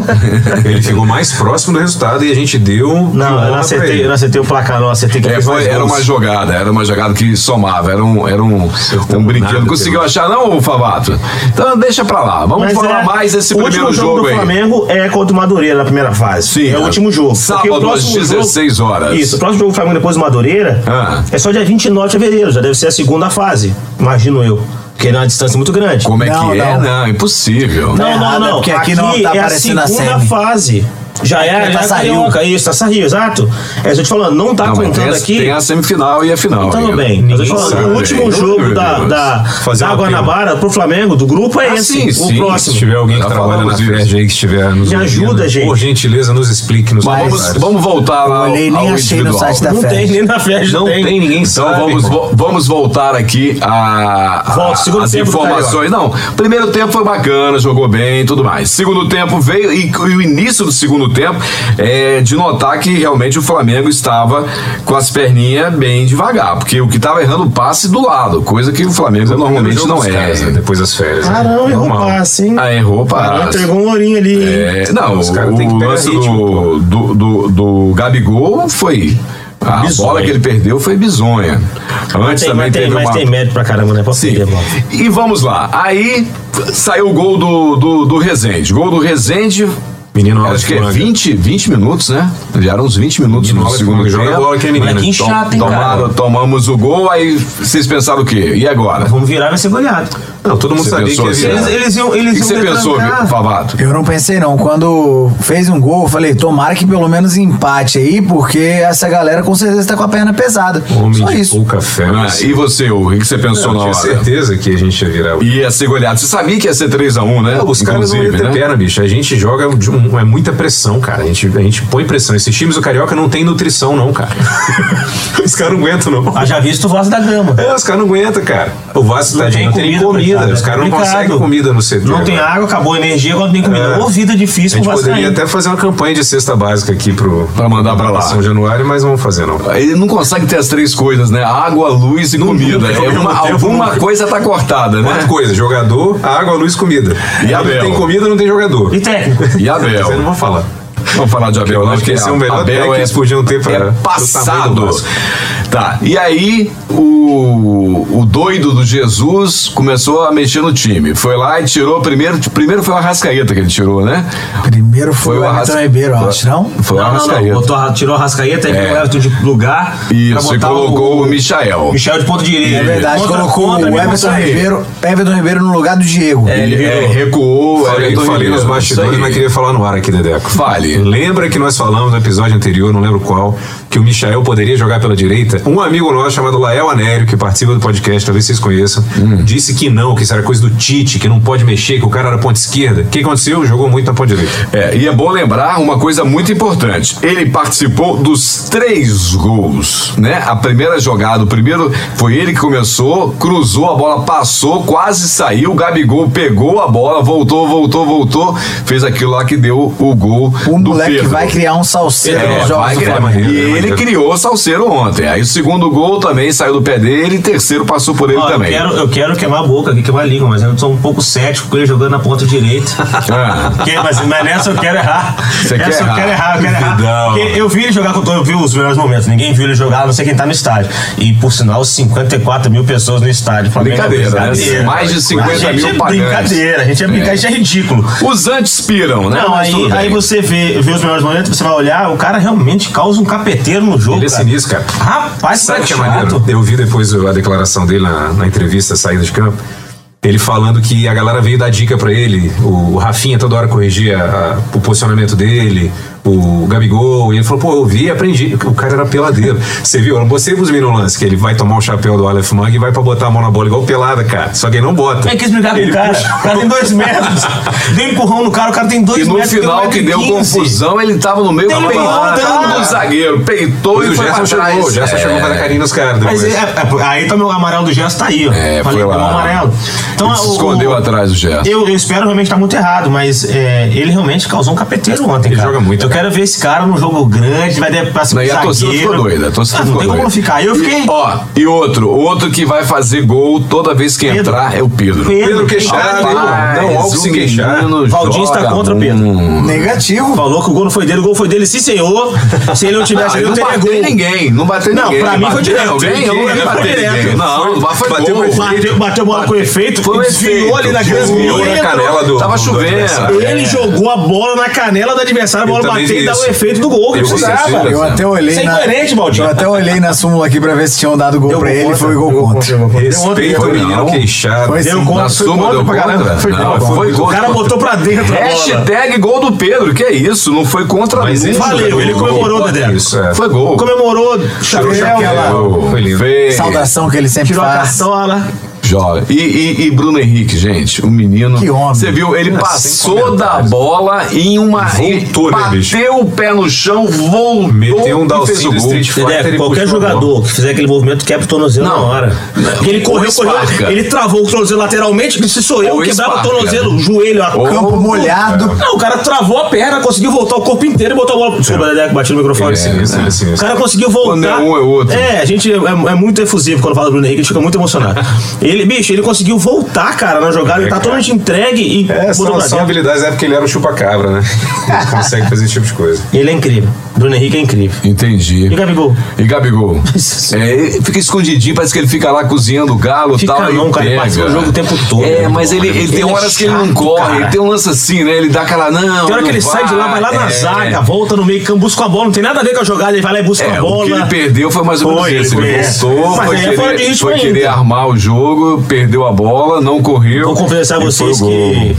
Speaker 3: ele ficou mais próximo do resultado e a gente deu.
Speaker 2: Não, é eu não
Speaker 3: honra pra ele.
Speaker 2: acertei, eu não acertei o placar, não. Acertei que
Speaker 1: É,
Speaker 2: fez
Speaker 1: foi-
Speaker 2: mais
Speaker 1: era
Speaker 2: gols.
Speaker 1: uma jogada, era uma jogada que somava, era um, era um,
Speaker 3: Acertou
Speaker 1: um brinquedo.
Speaker 3: nada,
Speaker 1: Não conseguiu
Speaker 3: Pedro.
Speaker 1: achar, não, Favato? Então deixa pra lá. Vamos
Speaker 2: Mas
Speaker 1: falar
Speaker 2: é-
Speaker 1: mais desse
Speaker 2: o
Speaker 1: primeiro
Speaker 2: último jogo, do
Speaker 1: aí.
Speaker 2: Flamengo é contra o Madureira na primeira fase.
Speaker 1: Sim,
Speaker 2: é
Speaker 1: é.
Speaker 2: o último jogo.
Speaker 1: Sábado,
Speaker 2: Porque o
Speaker 1: às
Speaker 2: próximo jogo-
Speaker 1: 16 horas.
Speaker 2: Isso, o próximo jogo do Flamengo depois do Madureira
Speaker 1: Ah.
Speaker 2: é só dia 29 de fevereiro, já deve ser a segunda fase, imagino eu. Porque é uma distância muito grande.
Speaker 1: Como é
Speaker 4: Não,
Speaker 1: que é?
Speaker 4: não.
Speaker 1: Não, impossível.
Speaker 2: Não,
Speaker 4: errado,
Speaker 2: não,
Speaker 4: é
Speaker 2: não.
Speaker 4: porque aqui não tá
Speaker 2: é a
Speaker 4: aparecendo a
Speaker 2: segunda
Speaker 4: semi.
Speaker 2: fase. Já é, é
Speaker 4: É
Speaker 2: já é
Speaker 4: Taça Rio.
Speaker 2: Carioca, isso, Taça Rio, exato. É, eu tô te falando, não tá
Speaker 1: Não, mas tem,
Speaker 2: contando
Speaker 1: a-
Speaker 2: aqui.
Speaker 1: tem a semifinal e a final.
Speaker 2: Então,
Speaker 1: ainda.
Speaker 2: bem, mas eu tô
Speaker 1: sabe.
Speaker 2: falando, o último jogo da, da,
Speaker 3: Fazer
Speaker 2: da
Speaker 3: um apelo.
Speaker 2: Guanabara pro Flamengo, do grupo, é
Speaker 1: Ah,
Speaker 2: esse.
Speaker 1: sim,
Speaker 2: o
Speaker 1: sim,
Speaker 3: Se
Speaker 2: próximo.
Speaker 3: tiver alguém que
Speaker 1: Já
Speaker 3: trabalha na
Speaker 1: falamos isso.
Speaker 3: Ferd aí que estiver nos.
Speaker 2: Me ajuda,
Speaker 3: ouvindo,
Speaker 2: gente.
Speaker 3: Por gentileza, nos explique nos
Speaker 1: Mas
Speaker 3: comentários.
Speaker 1: vamos, vamos voltar lá.
Speaker 4: Olhei,
Speaker 1: ao-
Speaker 4: nem
Speaker 1: ao
Speaker 4: achei no
Speaker 1: individual.
Speaker 4: site da
Speaker 2: Não tem,
Speaker 4: Fed.
Speaker 2: nem na festa
Speaker 3: Não tem, ninguém
Speaker 1: Então
Speaker 3: sabe.
Speaker 1: vamos,
Speaker 3: irmão.
Speaker 1: vo- vamos voltar aqui a, a-
Speaker 2: Volta, segundo
Speaker 1: as
Speaker 2: tempo do
Speaker 1: informações. Não, primeiro tempo foi bacana, jogou bem e tudo mais. Segundo tempo veio e, e o início do segundo tempo é de notar que realmente o Flamengo estava com as perninhas bem devagar, porque o que estava errando o passe do lado, coisa que o Flamengo normalmente
Speaker 3: Jogo
Speaker 1: não
Speaker 3: dos caras, né?
Speaker 1: é.
Speaker 3: Depois das férias.
Speaker 2: Ah, não, errou o passe, hein?
Speaker 1: Ah, errou o
Speaker 2: Caramba,
Speaker 1: passe.
Speaker 2: entregou um lourinho ali. hein?
Speaker 1: É, não,
Speaker 3: Os
Speaker 1: o,
Speaker 3: caras têm que pegar
Speaker 1: lance do,
Speaker 3: ritmo,
Speaker 1: do, do, do Gabigol foi. A
Speaker 2: Bizonha.
Speaker 1: bola que ele perdeu foi bizonha. Antes
Speaker 2: Tem,
Speaker 1: também
Speaker 2: mas tem,
Speaker 1: teve
Speaker 2: mas
Speaker 1: uma.
Speaker 2: tem mérito pra caramba, né? Pra
Speaker 1: Sim.
Speaker 2: perder a bola.
Speaker 1: E vamos lá. Aí saiu o gol do, do, do Rezende. Gol do Rezende.
Speaker 3: Menino aula
Speaker 1: acho
Speaker 3: de
Speaker 1: que é
Speaker 3: manga.
Speaker 1: 20, 20 minutos, né? Vieram uns 20 minutos
Speaker 3: Menino
Speaker 1: no
Speaker 3: aula de
Speaker 1: segundo
Speaker 3: manga.
Speaker 1: tempo.
Speaker 3: Joga bola que é menino.
Speaker 1: Tom-
Speaker 2: Tá chato, hein, cara?
Speaker 1: tomaram- Tomamos o gol, aí vocês pensaram o quê? E agora?
Speaker 2: Vamos virar e vai ser goleado.
Speaker 3: Não, todo mundo
Speaker 1: Você
Speaker 3: sabia que
Speaker 1: pensou
Speaker 3: ia
Speaker 1: assim,
Speaker 3: virar.
Speaker 1: né?
Speaker 2: iam,
Speaker 1: O
Speaker 2: eles
Speaker 1: que você pensou,
Speaker 2: retrancar.
Speaker 1: Favato?
Speaker 4: Eu não pensei não. Quando fez um gol, eu falei, tomara que pelo menos empate aí, porque essa galera com certeza tá com a perna pesada.
Speaker 3: um Homem
Speaker 4: Só
Speaker 3: de
Speaker 4: isso.
Speaker 3: pouca fé. né?
Speaker 1: Ah,
Speaker 3: mas- é.
Speaker 1: e você, Hugo? o que você pensou
Speaker 3: Eu
Speaker 1: na
Speaker 3: tinha
Speaker 1: hora?
Speaker 3: certeza que a gente ia virar. o-
Speaker 1: Ia ser goleado. Você sabia que ia ser 3x1, né?
Speaker 3: Os caras não iam
Speaker 1: Inclusive,
Speaker 3: ter
Speaker 1: né?
Speaker 3: perna, bicho. A gente joga de um é, é muita pressão, cara. A gente, a gente põe pressão. Esses times do Carioca não tem nutrição, não, cara. *laughs* Os caras não aguentam, não.
Speaker 2: Haja Ah, visto o Vasco da Gama.
Speaker 3: É, os caras não aguentam, cara. O Vasco,
Speaker 2: Não
Speaker 3: tadinho, não tem
Speaker 2: tem
Speaker 3: nem
Speaker 2: comida,
Speaker 3: comida.
Speaker 2: coitado.
Speaker 3: Os caras não
Speaker 2: Complicado.
Speaker 3: conseguem comida no CT.
Speaker 2: Não tem
Speaker 3: cara.
Speaker 2: água, acabou a energia, quando tem comida.
Speaker 3: É.
Speaker 2: Ou vida
Speaker 3: A
Speaker 2: difícil
Speaker 3: gente
Speaker 2: pro Vasco
Speaker 3: poderia
Speaker 2: ainda.
Speaker 3: até fazer uma campanha de cesta básica aqui pro,
Speaker 1: Pra mandar pra lá.
Speaker 3: São Januário, mas não vamos fazer, não.
Speaker 1: Ele não consegue ter as três coisas, né? Água, luz e comida.
Speaker 3: nunca,
Speaker 1: É
Speaker 3: ao mesmo
Speaker 1: uma-
Speaker 3: tempo,
Speaker 1: alguma
Speaker 3: nunca.
Speaker 1: coisa tá cortada,
Speaker 3: Quatro
Speaker 1: né?
Speaker 3: coisas: jogador, água, luz, comida.
Speaker 1: E
Speaker 3: Aí
Speaker 1: Abel?
Speaker 3: Não tem comida, não tem jogador.
Speaker 2: E técnico.
Speaker 1: E
Speaker 3: Mas eu não
Speaker 1: Abel?
Speaker 3: vou falar.
Speaker 1: Vamos falar de Abel,
Speaker 3: Eu
Speaker 1: não,
Speaker 3: Então, acho que esse é o melhor técnico que eles podiam ter pra-
Speaker 1: é
Speaker 3: pro tamanho do
Speaker 1: passado.
Speaker 3: Vasco.
Speaker 1: Tá. E aí o, o doido do Jesus começou a mexer no time. Foi lá e tirou primeiro, primeiro foi o Arrascaeta que ele tirou, né?
Speaker 4: Primeiro foi, o Everton
Speaker 1: Arras-
Speaker 4: Ribeiro, eu acho, não?
Speaker 1: Foi o
Speaker 2: Não, não, não.
Speaker 1: Arrascaeta.
Speaker 2: Botou a- tirou a Rascaeta e
Speaker 1: É.
Speaker 2: colocou o Everton de lugar. pra
Speaker 1: Isso, e
Speaker 2: botar
Speaker 1: colocou o, Michael.
Speaker 2: Michel de ponta direita.
Speaker 4: É verdade,
Speaker 2: Contra-
Speaker 4: colocou
Speaker 2: contra-
Speaker 4: o
Speaker 2: contra-
Speaker 4: Everton
Speaker 2: contra-
Speaker 4: Ribeiro, Everton Ribeiro no lugar do Diego.
Speaker 1: Ele é, recuou.
Speaker 3: Falei,
Speaker 1: Everton
Speaker 3: falei
Speaker 1: Ribeiro,
Speaker 3: nos
Speaker 1: isso
Speaker 3: bastidores,
Speaker 1: aí.
Speaker 3: mas queria falar no ar aqui, Dedeco.
Speaker 1: Fale.
Speaker 3: Lembra que nós falamos no episódio anterior, não lembro qual, que o Michael poderia jogar pela direita? Um amigo nosso chamado Lael Anério, que participa do podcast, talvez vocês conheçam, disse que não, que isso era coisa do Tite, que não pode mexer, que o cara era ponta esquerda. O que aconteceu? Jogou muito na ponta direita.
Speaker 1: É, e é bom lembrar uma coisa muito importante. Ele participou dos três gols, né? A primeira jogada, o primeiro foi ele que começou, cruzou a bola, passou, quase saiu, o Gabigol pegou a bola, voltou, voltou, voltou, fez aquilo lá que deu o gol
Speaker 4: O
Speaker 1: do
Speaker 4: Um moleque
Speaker 1: Pedro.
Speaker 4: vai criar um salseiro
Speaker 3: É,
Speaker 4: nos
Speaker 3: vai
Speaker 4: jogos do
Speaker 3: criar,
Speaker 4: Flamengo.
Speaker 3: maneiro,
Speaker 1: E
Speaker 3: né,
Speaker 1: ele
Speaker 3: maneiro.
Speaker 1: criou o Salseiro ontem. Aí o segundo gol também saiu do pé dele, e terceiro passou por ele
Speaker 2: Ó, eu,
Speaker 1: também.
Speaker 2: quero, eu quero queimar a boca aqui, queimar a língua, mas eu sou um pouco cético com ele jogando na ponta *laughs* direita.
Speaker 1: Ah.
Speaker 2: Porque, mas, mas nessa eu quero errar.
Speaker 1: Você
Speaker 2: nessa
Speaker 1: quer
Speaker 2: eu
Speaker 1: errar?
Speaker 2: quero errar, eu quero errar.
Speaker 3: Vidal.
Speaker 2: Porque eu vi ele jogar com todo, eu vi os melhores momentos. Ninguém viu ele jogar, a não sei quem tá no estádio. E por sinal, 54 mil pessoas no estádio. Flamengo,
Speaker 1: Brincadeira, né?
Speaker 2: brincadeira.
Speaker 1: Mais de 50
Speaker 2: a gente
Speaker 1: mil
Speaker 2: é
Speaker 1: pagantes.
Speaker 2: Brincadeira, a gente é brincadeira, isso é ridículo.
Speaker 1: Os antes piram, né?
Speaker 2: Não,
Speaker 1: Mas
Speaker 2: aí,
Speaker 1: tudo bem.
Speaker 2: aí você vê, vê os melhores momentos, você vai olhar, o cara realmente causa um capeteiro no jogo.
Speaker 3: Ele é
Speaker 2: cara.
Speaker 3: sinistro, cara.
Speaker 2: Rapaz,
Speaker 3: Sabe o que é maneiro?
Speaker 2: chato.
Speaker 3: Eu vi depois a declaração dele na, na entrevista, saída de campo. Ele falando que a galera veio dar dica pra ele. O, o Rafinha toda hora corrigia a- o posicionamento dele, o Gabigol. E ele falou, pô, eu vi e aprendi. O cara era peladeiro. Você viu? Eu não mostrei pros meninos no lance que ele vai tomar o chapéu do Aleph Mang e vai pra botar a mão na bola igual pelada, cara. Só que ele não
Speaker 2: Como
Speaker 3: bota.
Speaker 2: é que quis brigar com
Speaker 3: Ele
Speaker 2: o cara?
Speaker 3: puxa-
Speaker 2: O cara tem dois metros. Deu empurrão no cara, o cara tem dois
Speaker 1: E no
Speaker 2: metros. tem
Speaker 1: final
Speaker 2: um
Speaker 1: que deu
Speaker 2: metro e quinze.
Speaker 1: confusão, ele tava no meio
Speaker 2: Deu uma
Speaker 1: peitando
Speaker 2: rodada.
Speaker 1: do zagueiro. Peitou
Speaker 3: Pois
Speaker 1: e
Speaker 3: o
Speaker 1: foi pra
Speaker 3: Gerson chegou. O
Speaker 1: trás.
Speaker 3: Gerson
Speaker 1: É.
Speaker 3: chegou pra dar carinho nos caras.
Speaker 2: Mas
Speaker 3: depois.
Speaker 2: é, é, aí tá meu amarelo do gesto, tá aí, ó.
Speaker 1: É, foi
Speaker 2: deu
Speaker 1: lá.
Speaker 2: um amarelo. Então,
Speaker 1: Ele se escondeu atrás do Gerson.
Speaker 2: Eu, eu espero realmente estar muito errado, mas é, ele realmente causou um capeteiro ontem,
Speaker 3: Ele
Speaker 2: cara.
Speaker 3: joga muito,
Speaker 2: Eu
Speaker 3: cara.
Speaker 2: quero ver esse cara num jogo grande, vai dar pra cima
Speaker 1: Não, e
Speaker 2: do
Speaker 1: a torcida
Speaker 2: zagueiro.
Speaker 1: ficou doida. A torcida
Speaker 2: Ah, não
Speaker 1: ficou
Speaker 2: tem como
Speaker 1: doida.
Speaker 2: não ficar. Eu fiquei...
Speaker 1: E, ó, e outro, outro que vai fazer gol toda vez que
Speaker 2: Pedro.
Speaker 1: entrar é o Pedro.
Speaker 3: Pedro
Speaker 2: cara,
Speaker 3: queixado,
Speaker 2: ele-
Speaker 3: não, algo se queixar.
Speaker 2: Valdir está contra o Pedro.
Speaker 4: Negativo.
Speaker 2: Falou que o gol não foi dele, o gol foi dele, sim senhor. Se ele não tivesse, ele
Speaker 1: Ah, não
Speaker 2: não teria
Speaker 1: bateu
Speaker 2: gol.
Speaker 1: em ninguém, não bateu em
Speaker 2: Não,
Speaker 1: ninguém.
Speaker 2: pra mim foi
Speaker 1: Bateu em
Speaker 2: direto.
Speaker 1: Alguém? Eu não vi
Speaker 2: Foi
Speaker 1: bater em
Speaker 2: direto.
Speaker 1: ninguém. Não, foi
Speaker 3: Bateu
Speaker 1: gol.
Speaker 3: com
Speaker 2: Bateu, bateu a bola com efeito,
Speaker 1: um Foi um efeito.
Speaker 2: desviou ali na grande
Speaker 1: Desviou
Speaker 3: na
Speaker 2: entrou.
Speaker 3: canela do-
Speaker 1: Tava
Speaker 3: do
Speaker 1: chovendo.
Speaker 3: adversário.
Speaker 2: Ele
Speaker 1: É.
Speaker 2: jogou a bola na canela do adversário, a
Speaker 3: Eu
Speaker 2: bola
Speaker 3: também
Speaker 2: bateu
Speaker 3: vi
Speaker 2: e dá o
Speaker 3: isso.
Speaker 2: efeito do gol que
Speaker 3: Eu
Speaker 2: precisava.
Speaker 3: consigo,
Speaker 4: Eu até olhei
Speaker 2: Sem
Speaker 4: na,
Speaker 2: coerente, Baldinho.
Speaker 4: Eu até olhei na súmula aqui pra ver se tinham dado gol pra ele e foi gol contra.
Speaker 3: Respeita o menino queixado.
Speaker 4: Foi sim.
Speaker 2: Deu contra,
Speaker 1: Na
Speaker 2: foi
Speaker 1: soma
Speaker 2: contra
Speaker 1: deu
Speaker 2: pra
Speaker 1: contra?
Speaker 2: caramba. Foi
Speaker 1: Não,
Speaker 2: contra.
Speaker 1: foi
Speaker 2: O
Speaker 1: contra.
Speaker 2: cara botou pra dentro a bola.
Speaker 1: Hashtag gol do Pedro, que é isso? Não foi contra
Speaker 3: Mas ele
Speaker 1: nunca.
Speaker 2: valeu,
Speaker 3: jogou
Speaker 2: ele
Speaker 3: gol.
Speaker 2: comemorou, Dedé.
Speaker 3: Isso, é.
Speaker 1: Foi gol.
Speaker 2: Comemorou, chapéu,
Speaker 4: chapéu.
Speaker 3: Foi, foi lindo.
Speaker 1: Fez.
Speaker 4: Saudação que ele sempre
Speaker 2: tirou a
Speaker 4: faz.
Speaker 2: cartola.
Speaker 1: Joga. E, e- e Bruno Henrique, gente, o menino.
Speaker 4: Que homem.
Speaker 1: Você viu? Ele
Speaker 3: Cara, sem
Speaker 1: passou da
Speaker 3: comentários.
Speaker 1: bola em uma.
Speaker 3: Voltou, né,
Speaker 1: bateu
Speaker 3: bicho?
Speaker 1: o pé no chão, voltou.
Speaker 3: Meteu um
Speaker 1: e fez
Speaker 3: Dalcinho
Speaker 1: o
Speaker 3: do
Speaker 1: gol.
Speaker 3: Street Fighter.
Speaker 2: Dedé,
Speaker 3: ele
Speaker 2: qualquer
Speaker 3: puxou a bola.
Speaker 2: jogador que fizer aquele movimento quebra o tornozelo
Speaker 1: Não.
Speaker 2: na hora. Porque ele
Speaker 1: Ou
Speaker 2: correu,
Speaker 1: esparca.
Speaker 2: correu, ele travou o tornozelo lateralmente, disse sou eu,
Speaker 1: Ou
Speaker 2: quebrava o
Speaker 1: esparca.
Speaker 2: tornozelo, o joelho, a
Speaker 1: Ou-
Speaker 4: Campo molhado.
Speaker 2: Não, o cara travou a perna, conseguiu voltar o corpo inteiro e botou a bola. Desculpa, Dedé, que bati no microfone.
Speaker 3: É, sinistro, ele é
Speaker 2: O
Speaker 3: sinistro.
Speaker 2: cara conseguiu voltar.
Speaker 1: Quando é um, é outro.
Speaker 2: É, a gente é, é- é muito efusivo quando fala do Bruno Henrique, a gente fica muito
Speaker 1: *laughs*
Speaker 2: emocionado. ele, bicho, ele conseguiu voltar, cara, na jogada, ele tá
Speaker 1: É,
Speaker 3: cara.
Speaker 2: totalmente entregue e
Speaker 3: É,
Speaker 2: botou
Speaker 3: são,
Speaker 2: pra
Speaker 3: são
Speaker 2: dentro.
Speaker 3: habilidades, é porque ele era o chupa-cabra, né? Ele consegue fazer esse tipo de coisa.
Speaker 2: Ele é incrível. Bruno Henrique é incrível.
Speaker 1: Entendi.
Speaker 2: E Gabigol?
Speaker 1: E Gabigol? É, ele fica escondidinho, parece que ele fica lá cozinhando o galo e
Speaker 2: Fica
Speaker 1: tal.
Speaker 2: não,
Speaker 1: e
Speaker 2: cara, ele
Speaker 1: pega.
Speaker 2: participa do jogo o tempo todo,
Speaker 1: É,
Speaker 2: né,
Speaker 1: mas
Speaker 2: Gabigol?
Speaker 1: ele, ele,
Speaker 2: Ele
Speaker 1: tem
Speaker 2: é
Speaker 1: horas que ele não
Speaker 2: chato,
Speaker 1: corre,
Speaker 2: cara.
Speaker 1: ele tem um lance assim, né? Ele dá aquela não.
Speaker 2: Tem hora que
Speaker 1: não
Speaker 2: ele sai de lá, vai lá na
Speaker 1: é.
Speaker 2: zaga, volta no meio campo, busca a bola, não tem nada a ver com a jogada, ele vai lá e busca
Speaker 1: É,
Speaker 2: a
Speaker 1: o
Speaker 2: bola.
Speaker 1: que ele perdeu foi mais ou menos
Speaker 2: Foi,
Speaker 1: isso. Ele
Speaker 2: foi, é.
Speaker 1: voltou,
Speaker 2: Mas
Speaker 1: foi,
Speaker 2: aí é fora de
Speaker 1: querer,
Speaker 2: ritmo
Speaker 1: foi
Speaker 2: ainda.
Speaker 1: querer armar o jogo, perdeu a bola, não correu.
Speaker 2: Vou confessar a
Speaker 1: e foi
Speaker 2: vocês
Speaker 1: o gol.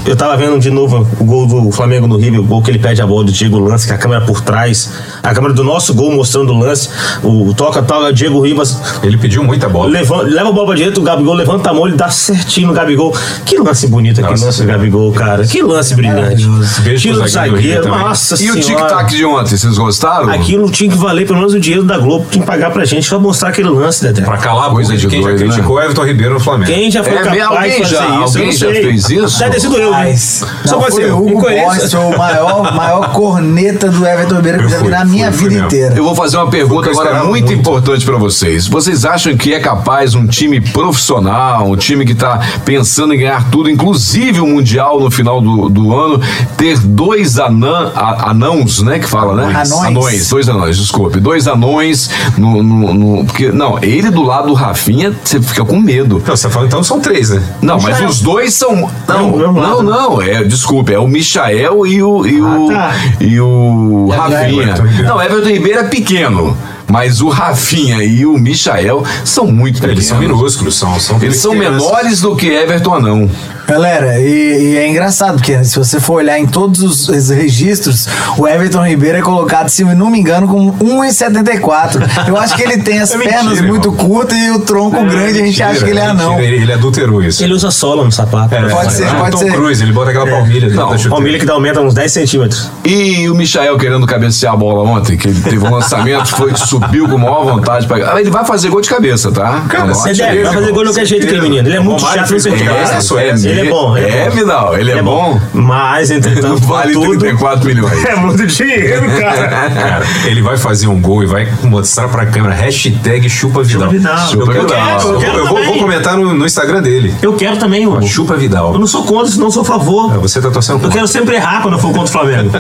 Speaker 2: que eu tava vendo de novo o gol do Flamengo no River, o gol que ele pede a bola do Diego Lance, que a câmera por trás. A câmera do nosso gol mostrando o lance. O toca, toca, Diego Ribas
Speaker 3: Ele pediu muita bola.
Speaker 2: leva, leva a bola pra direita, o Gabigol levanta a mão, ele dá certinho no Gabigol. Que lance bonito, que
Speaker 3: Nossa,
Speaker 2: lance do Gabigol, cara. Que lance brilhante.
Speaker 3: Beijo
Speaker 2: Tiro
Speaker 3: pro
Speaker 2: do
Speaker 3: zagueiro do Rio
Speaker 2: zagueiro,
Speaker 3: também.
Speaker 2: nossa
Speaker 1: E
Speaker 2: senhora.
Speaker 1: o tic-tac de ontem, vocês gostaram?
Speaker 2: Aquilo tinha que valer pelo menos o dinheiro da Globo, tinha que pagar pra gente pra mostrar aquele lance, Dedé.
Speaker 3: Pra calar a
Speaker 1: Coisa
Speaker 3: boca de
Speaker 1: de
Speaker 3: quem
Speaker 1: doido,
Speaker 3: já
Speaker 1: né?
Speaker 3: criticou Everton Ribeiro no Flamengo.
Speaker 2: Quem já foi
Speaker 1: É,
Speaker 2: capaz
Speaker 1: alguém
Speaker 2: de fazer
Speaker 1: já-
Speaker 2: isso?
Speaker 1: alguém
Speaker 2: Eu não
Speaker 1: já
Speaker 2: sei.
Speaker 1: fez isso?
Speaker 2: Deve ter sido eu. viu?
Speaker 4: Mas,
Speaker 2: Só
Speaker 4: não,
Speaker 2: pode
Speaker 4: foi
Speaker 2: ser
Speaker 4: o
Speaker 2: eu.
Speaker 4: Hugo
Speaker 2: Incoerência.
Speaker 4: Boss, o maior, maior corneta do Everton Ribeiro que eu já vi
Speaker 3: fui,
Speaker 4: na minha
Speaker 3: fui, fui
Speaker 4: vida
Speaker 3: mesmo.
Speaker 4: inteira.
Speaker 1: Eu vou fazer uma pergunta
Speaker 3: Eu
Speaker 1: agora
Speaker 3: esperava
Speaker 1: muito,
Speaker 3: muito.
Speaker 1: importante pra vocês. Vocês acham que é capaz um time profissional, um time que tá pensando em ganhar tudo, inclusive o Mundial no final do, do ano, ter dois anã, a- anãos, né? Que fala, né?
Speaker 4: Anões.
Speaker 1: Dois anões, desculpe. Dois anões no. no- no- porque, não, ele do lado do Rafinha, você fica com medo.
Speaker 3: Não, você tá falando então são três, né?
Speaker 1: Não, mas
Speaker 2: Michael.
Speaker 1: os dois são. Não,
Speaker 2: Não, não,
Speaker 1: não,
Speaker 2: não.
Speaker 1: não. É, desculpa, é o Michael e o. E o,
Speaker 2: tá.
Speaker 1: e o Rafinha.
Speaker 3: Everton Ribeiro.
Speaker 1: Não, Everton Ribeiro é pequeno. Mas o Rafinha e o Michael são muito pequenos.
Speaker 3: Eles são minúsculos, são. são
Speaker 1: Eles são
Speaker 3: pequenas.
Speaker 1: menores do que Everton Anão.
Speaker 4: Galera, e, e é engraçado, porque se você for olhar em todos os, os registros, o Everton Ribeiro é colocado, se não me engano, com 1,74. Eu acho que ele tem as
Speaker 3: É mentira,
Speaker 4: pernas muito
Speaker 3: irmão.
Speaker 4: curtas e o tronco grande, a gente
Speaker 3: Mentira,
Speaker 4: acha que ele é anão.
Speaker 3: mentira, Ele, ele adulterou isso.
Speaker 2: Ele usa sola no sapato.
Speaker 3: É,
Speaker 4: Pode ser,
Speaker 3: é o
Speaker 4: pode
Speaker 3: Tom
Speaker 4: ser.
Speaker 3: Cruise, ele bota aquela palmilha dentro
Speaker 1: Não,
Speaker 3: da chuteira.
Speaker 2: Palmilha que dá aumenta uns 10 centímetros.
Speaker 1: E o Michael querendo cabecear a bola ontem, que ele teve um lançamento, foi, subiu com maior vontade. Pra... Ele vai fazer gol de cabeça, tá?
Speaker 3: Cara,
Speaker 1: Anote
Speaker 3: você
Speaker 1: isso.
Speaker 3: deve-
Speaker 2: Ele vai fazer gol de qualquer jeito, aquele menino. Ele é muito
Speaker 3: Romário
Speaker 2: chato, não
Speaker 3: fez
Speaker 2: perdoa.
Speaker 3: gol de cabeça,
Speaker 1: isso é,
Speaker 2: Ele é bom. Ele
Speaker 1: É,
Speaker 2: é bom.
Speaker 1: Minal, ele é, bom.
Speaker 2: Mas, entretanto,
Speaker 1: Não vale
Speaker 2: tudo,
Speaker 1: 34 milhões.
Speaker 2: é muito dinheiro, cara.
Speaker 3: *laughs* Cara, ele vai fazer um gol e vai mostrar pra câmera hashtag chupa Vidal.
Speaker 2: Chupa Vidal.
Speaker 3: Eu, quero, eu,
Speaker 1: Chupa
Speaker 3: quero,
Speaker 1: Vidal.
Speaker 3: eu,
Speaker 2: Eu
Speaker 3: vou,
Speaker 2: também.
Speaker 3: vou comentar no, no Instagram dele.
Speaker 2: *laughs* Eu quero também, Hugo.
Speaker 3: Chupa
Speaker 2: Eu
Speaker 3: Vidal.
Speaker 2: não sou contra, não sou a favor.
Speaker 3: Ah, Você tá torcendo
Speaker 2: Eu
Speaker 3: contra.
Speaker 2: quero sempre errar quando eu for contra o
Speaker 1: *laughs*
Speaker 2: Flamengo.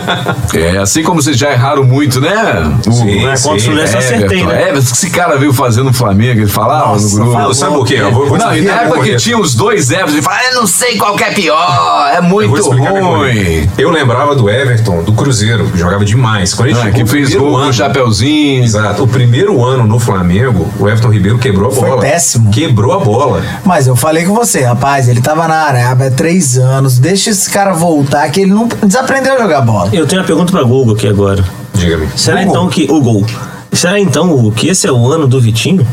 Speaker 1: É, assim como vocês já erraram muito, né? O
Speaker 3: Sim,
Speaker 2: né? Contra o
Speaker 3: sim.
Speaker 2: Fluminense eu acertei,
Speaker 1: Everton.
Speaker 2: né?
Speaker 1: É, mas esse cara veio fazendo o Flamengo, ele falava no grupo.
Speaker 3: Não, sabe por quê? Eu vou, vou
Speaker 1: não, e na
Speaker 3: explicar
Speaker 1: época
Speaker 3: minha
Speaker 1: que
Speaker 3: corneta.
Speaker 1: tinha os dois Everton, ele falava, eu não sei qual que é pior, é
Speaker 3: Eu vou
Speaker 1: muito
Speaker 3: explicar minha
Speaker 1: ruim.
Speaker 3: corneta. Eu lembrava do Everton, do Cruzeiro, que jogava demais. Quando ele
Speaker 1: Ah,
Speaker 3: chegou
Speaker 1: que
Speaker 3: no
Speaker 1: fez
Speaker 3: primeiro
Speaker 1: gol com
Speaker 3: ano-
Speaker 1: o Chapeuzinho.
Speaker 3: Exato. O primeiro ano no Flamengo, o Everton Ribeiro quebrou a
Speaker 4: Foi
Speaker 3: bola.
Speaker 4: péssimo.
Speaker 3: Quebrou a bola.
Speaker 4: Mas eu falei com você, rapaz, ele tava na Arábia há três anos, deixa esse cara voltar, que ele não desaprendeu a jogar bola.
Speaker 2: Eu tenho uma pergunta pra Google aqui agora.
Speaker 3: Diga-me.
Speaker 2: Será então que. O gol. Será então, Hugo, que esse é o ano do Vitinho?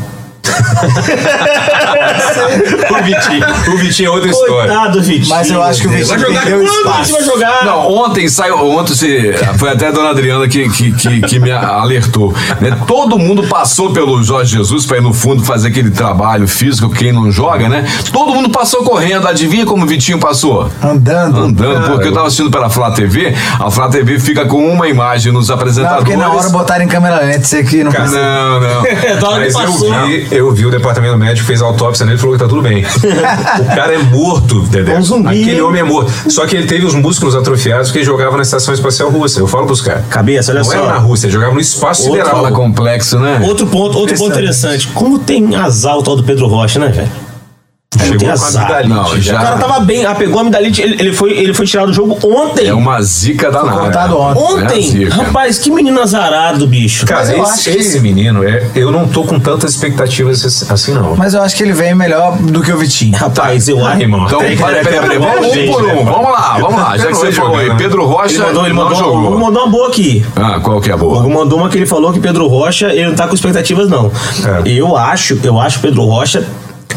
Speaker 3: O Vitinho. O Vitinho é outra história.
Speaker 2: Coitado, Vitinho.
Speaker 4: Mas eu acho que o
Speaker 2: Deus.
Speaker 4: Vitinho
Speaker 2: Vai jogar
Speaker 4: perdeu
Speaker 2: quando
Speaker 4: espaço.
Speaker 2: o Vitinho vai jogar?
Speaker 1: Não, ontem saiu. Ontem se- foi até a dona Adriana que, que, que, que me alertou. né? Todo mundo passou pelo Jorge Jesus para ir no fundo fazer aquele trabalho físico, quem não joga, né? Todo mundo passou correndo. Adivinha como o Vitinho passou?
Speaker 4: Andando.
Speaker 1: Andando, porque eu tava assistindo pela Flá TV, a Flá TV fica com uma imagem nos
Speaker 4: Não,
Speaker 1: apresentadores.
Speaker 4: porque na hora botaram em câmera lenta, você que não
Speaker 1: Não, não.
Speaker 2: É, da hora que
Speaker 3: Mas eu
Speaker 2: passou.
Speaker 3: vi, eu vi o departamento médico fez a autópsia nele e falou que tá
Speaker 2: *laughs*
Speaker 3: tudo bem. o cara é morto, Dedé.
Speaker 2: É um zumbi,
Speaker 3: Aquele
Speaker 2: hein?
Speaker 3: homem é morto. Só que ele teve os músculos atrofiados porque ele jogava na estação espacial russa. Eu falo pros caras.
Speaker 2: Cabeça, olha
Speaker 3: Não
Speaker 2: só.
Speaker 3: era na Rússia, ele jogava no espaço
Speaker 2: Outro
Speaker 3: sideral.
Speaker 1: Fala complexo, né?
Speaker 2: Outro ponto, outro ponto interessante. Como tem azar o tal do Pedro Rocha, né, velho? Não tem
Speaker 3: Chegou com a
Speaker 2: azar.
Speaker 3: amidalite.
Speaker 1: Não,
Speaker 3: já.
Speaker 2: O cara tava bem, ah, pegou a amidalite, ele, ele foi, ele foi tirado do jogo ontem.
Speaker 1: É uma zica danada.
Speaker 4: contado ontem.
Speaker 1: É uma
Speaker 2: Ontem,
Speaker 1: zica.
Speaker 2: rapaz, que menino azarado, bicho.
Speaker 4: Mas
Speaker 3: Cara,
Speaker 4: eu
Speaker 3: esse,
Speaker 4: acho que-
Speaker 3: esse menino, é, eu não tô com tantas expectativas assim, não.
Speaker 4: Mas eu acho que ele veio melhor do que o Vitinho.
Speaker 2: Rapaz, eu acho.
Speaker 3: irmão.
Speaker 1: Então,
Speaker 3: Tem
Speaker 1: peraí, peraí,
Speaker 3: que- tem que-
Speaker 1: peraí,
Speaker 2: tem
Speaker 1: vamos
Speaker 2: que-
Speaker 1: um por um. Vamos lá, vamos lá. Já que
Speaker 3: Pedro
Speaker 1: você falou
Speaker 3: Rocha jogou,
Speaker 1: aí,
Speaker 3: né?
Speaker 1: Pedro Rocha
Speaker 2: Ele mandou, ele
Speaker 1: não
Speaker 2: mandou, um o Hugo
Speaker 1: jogou.
Speaker 2: mandou uma boa aqui.
Speaker 1: Ah, qual que é a
Speaker 2: O
Speaker 1: boa?
Speaker 2: Hugo mandou uma que ele falou que Pedro Rocha, ele não tá com expectativas, não.
Speaker 3: É.
Speaker 2: Eu acho, eu acho o Pedro Rocha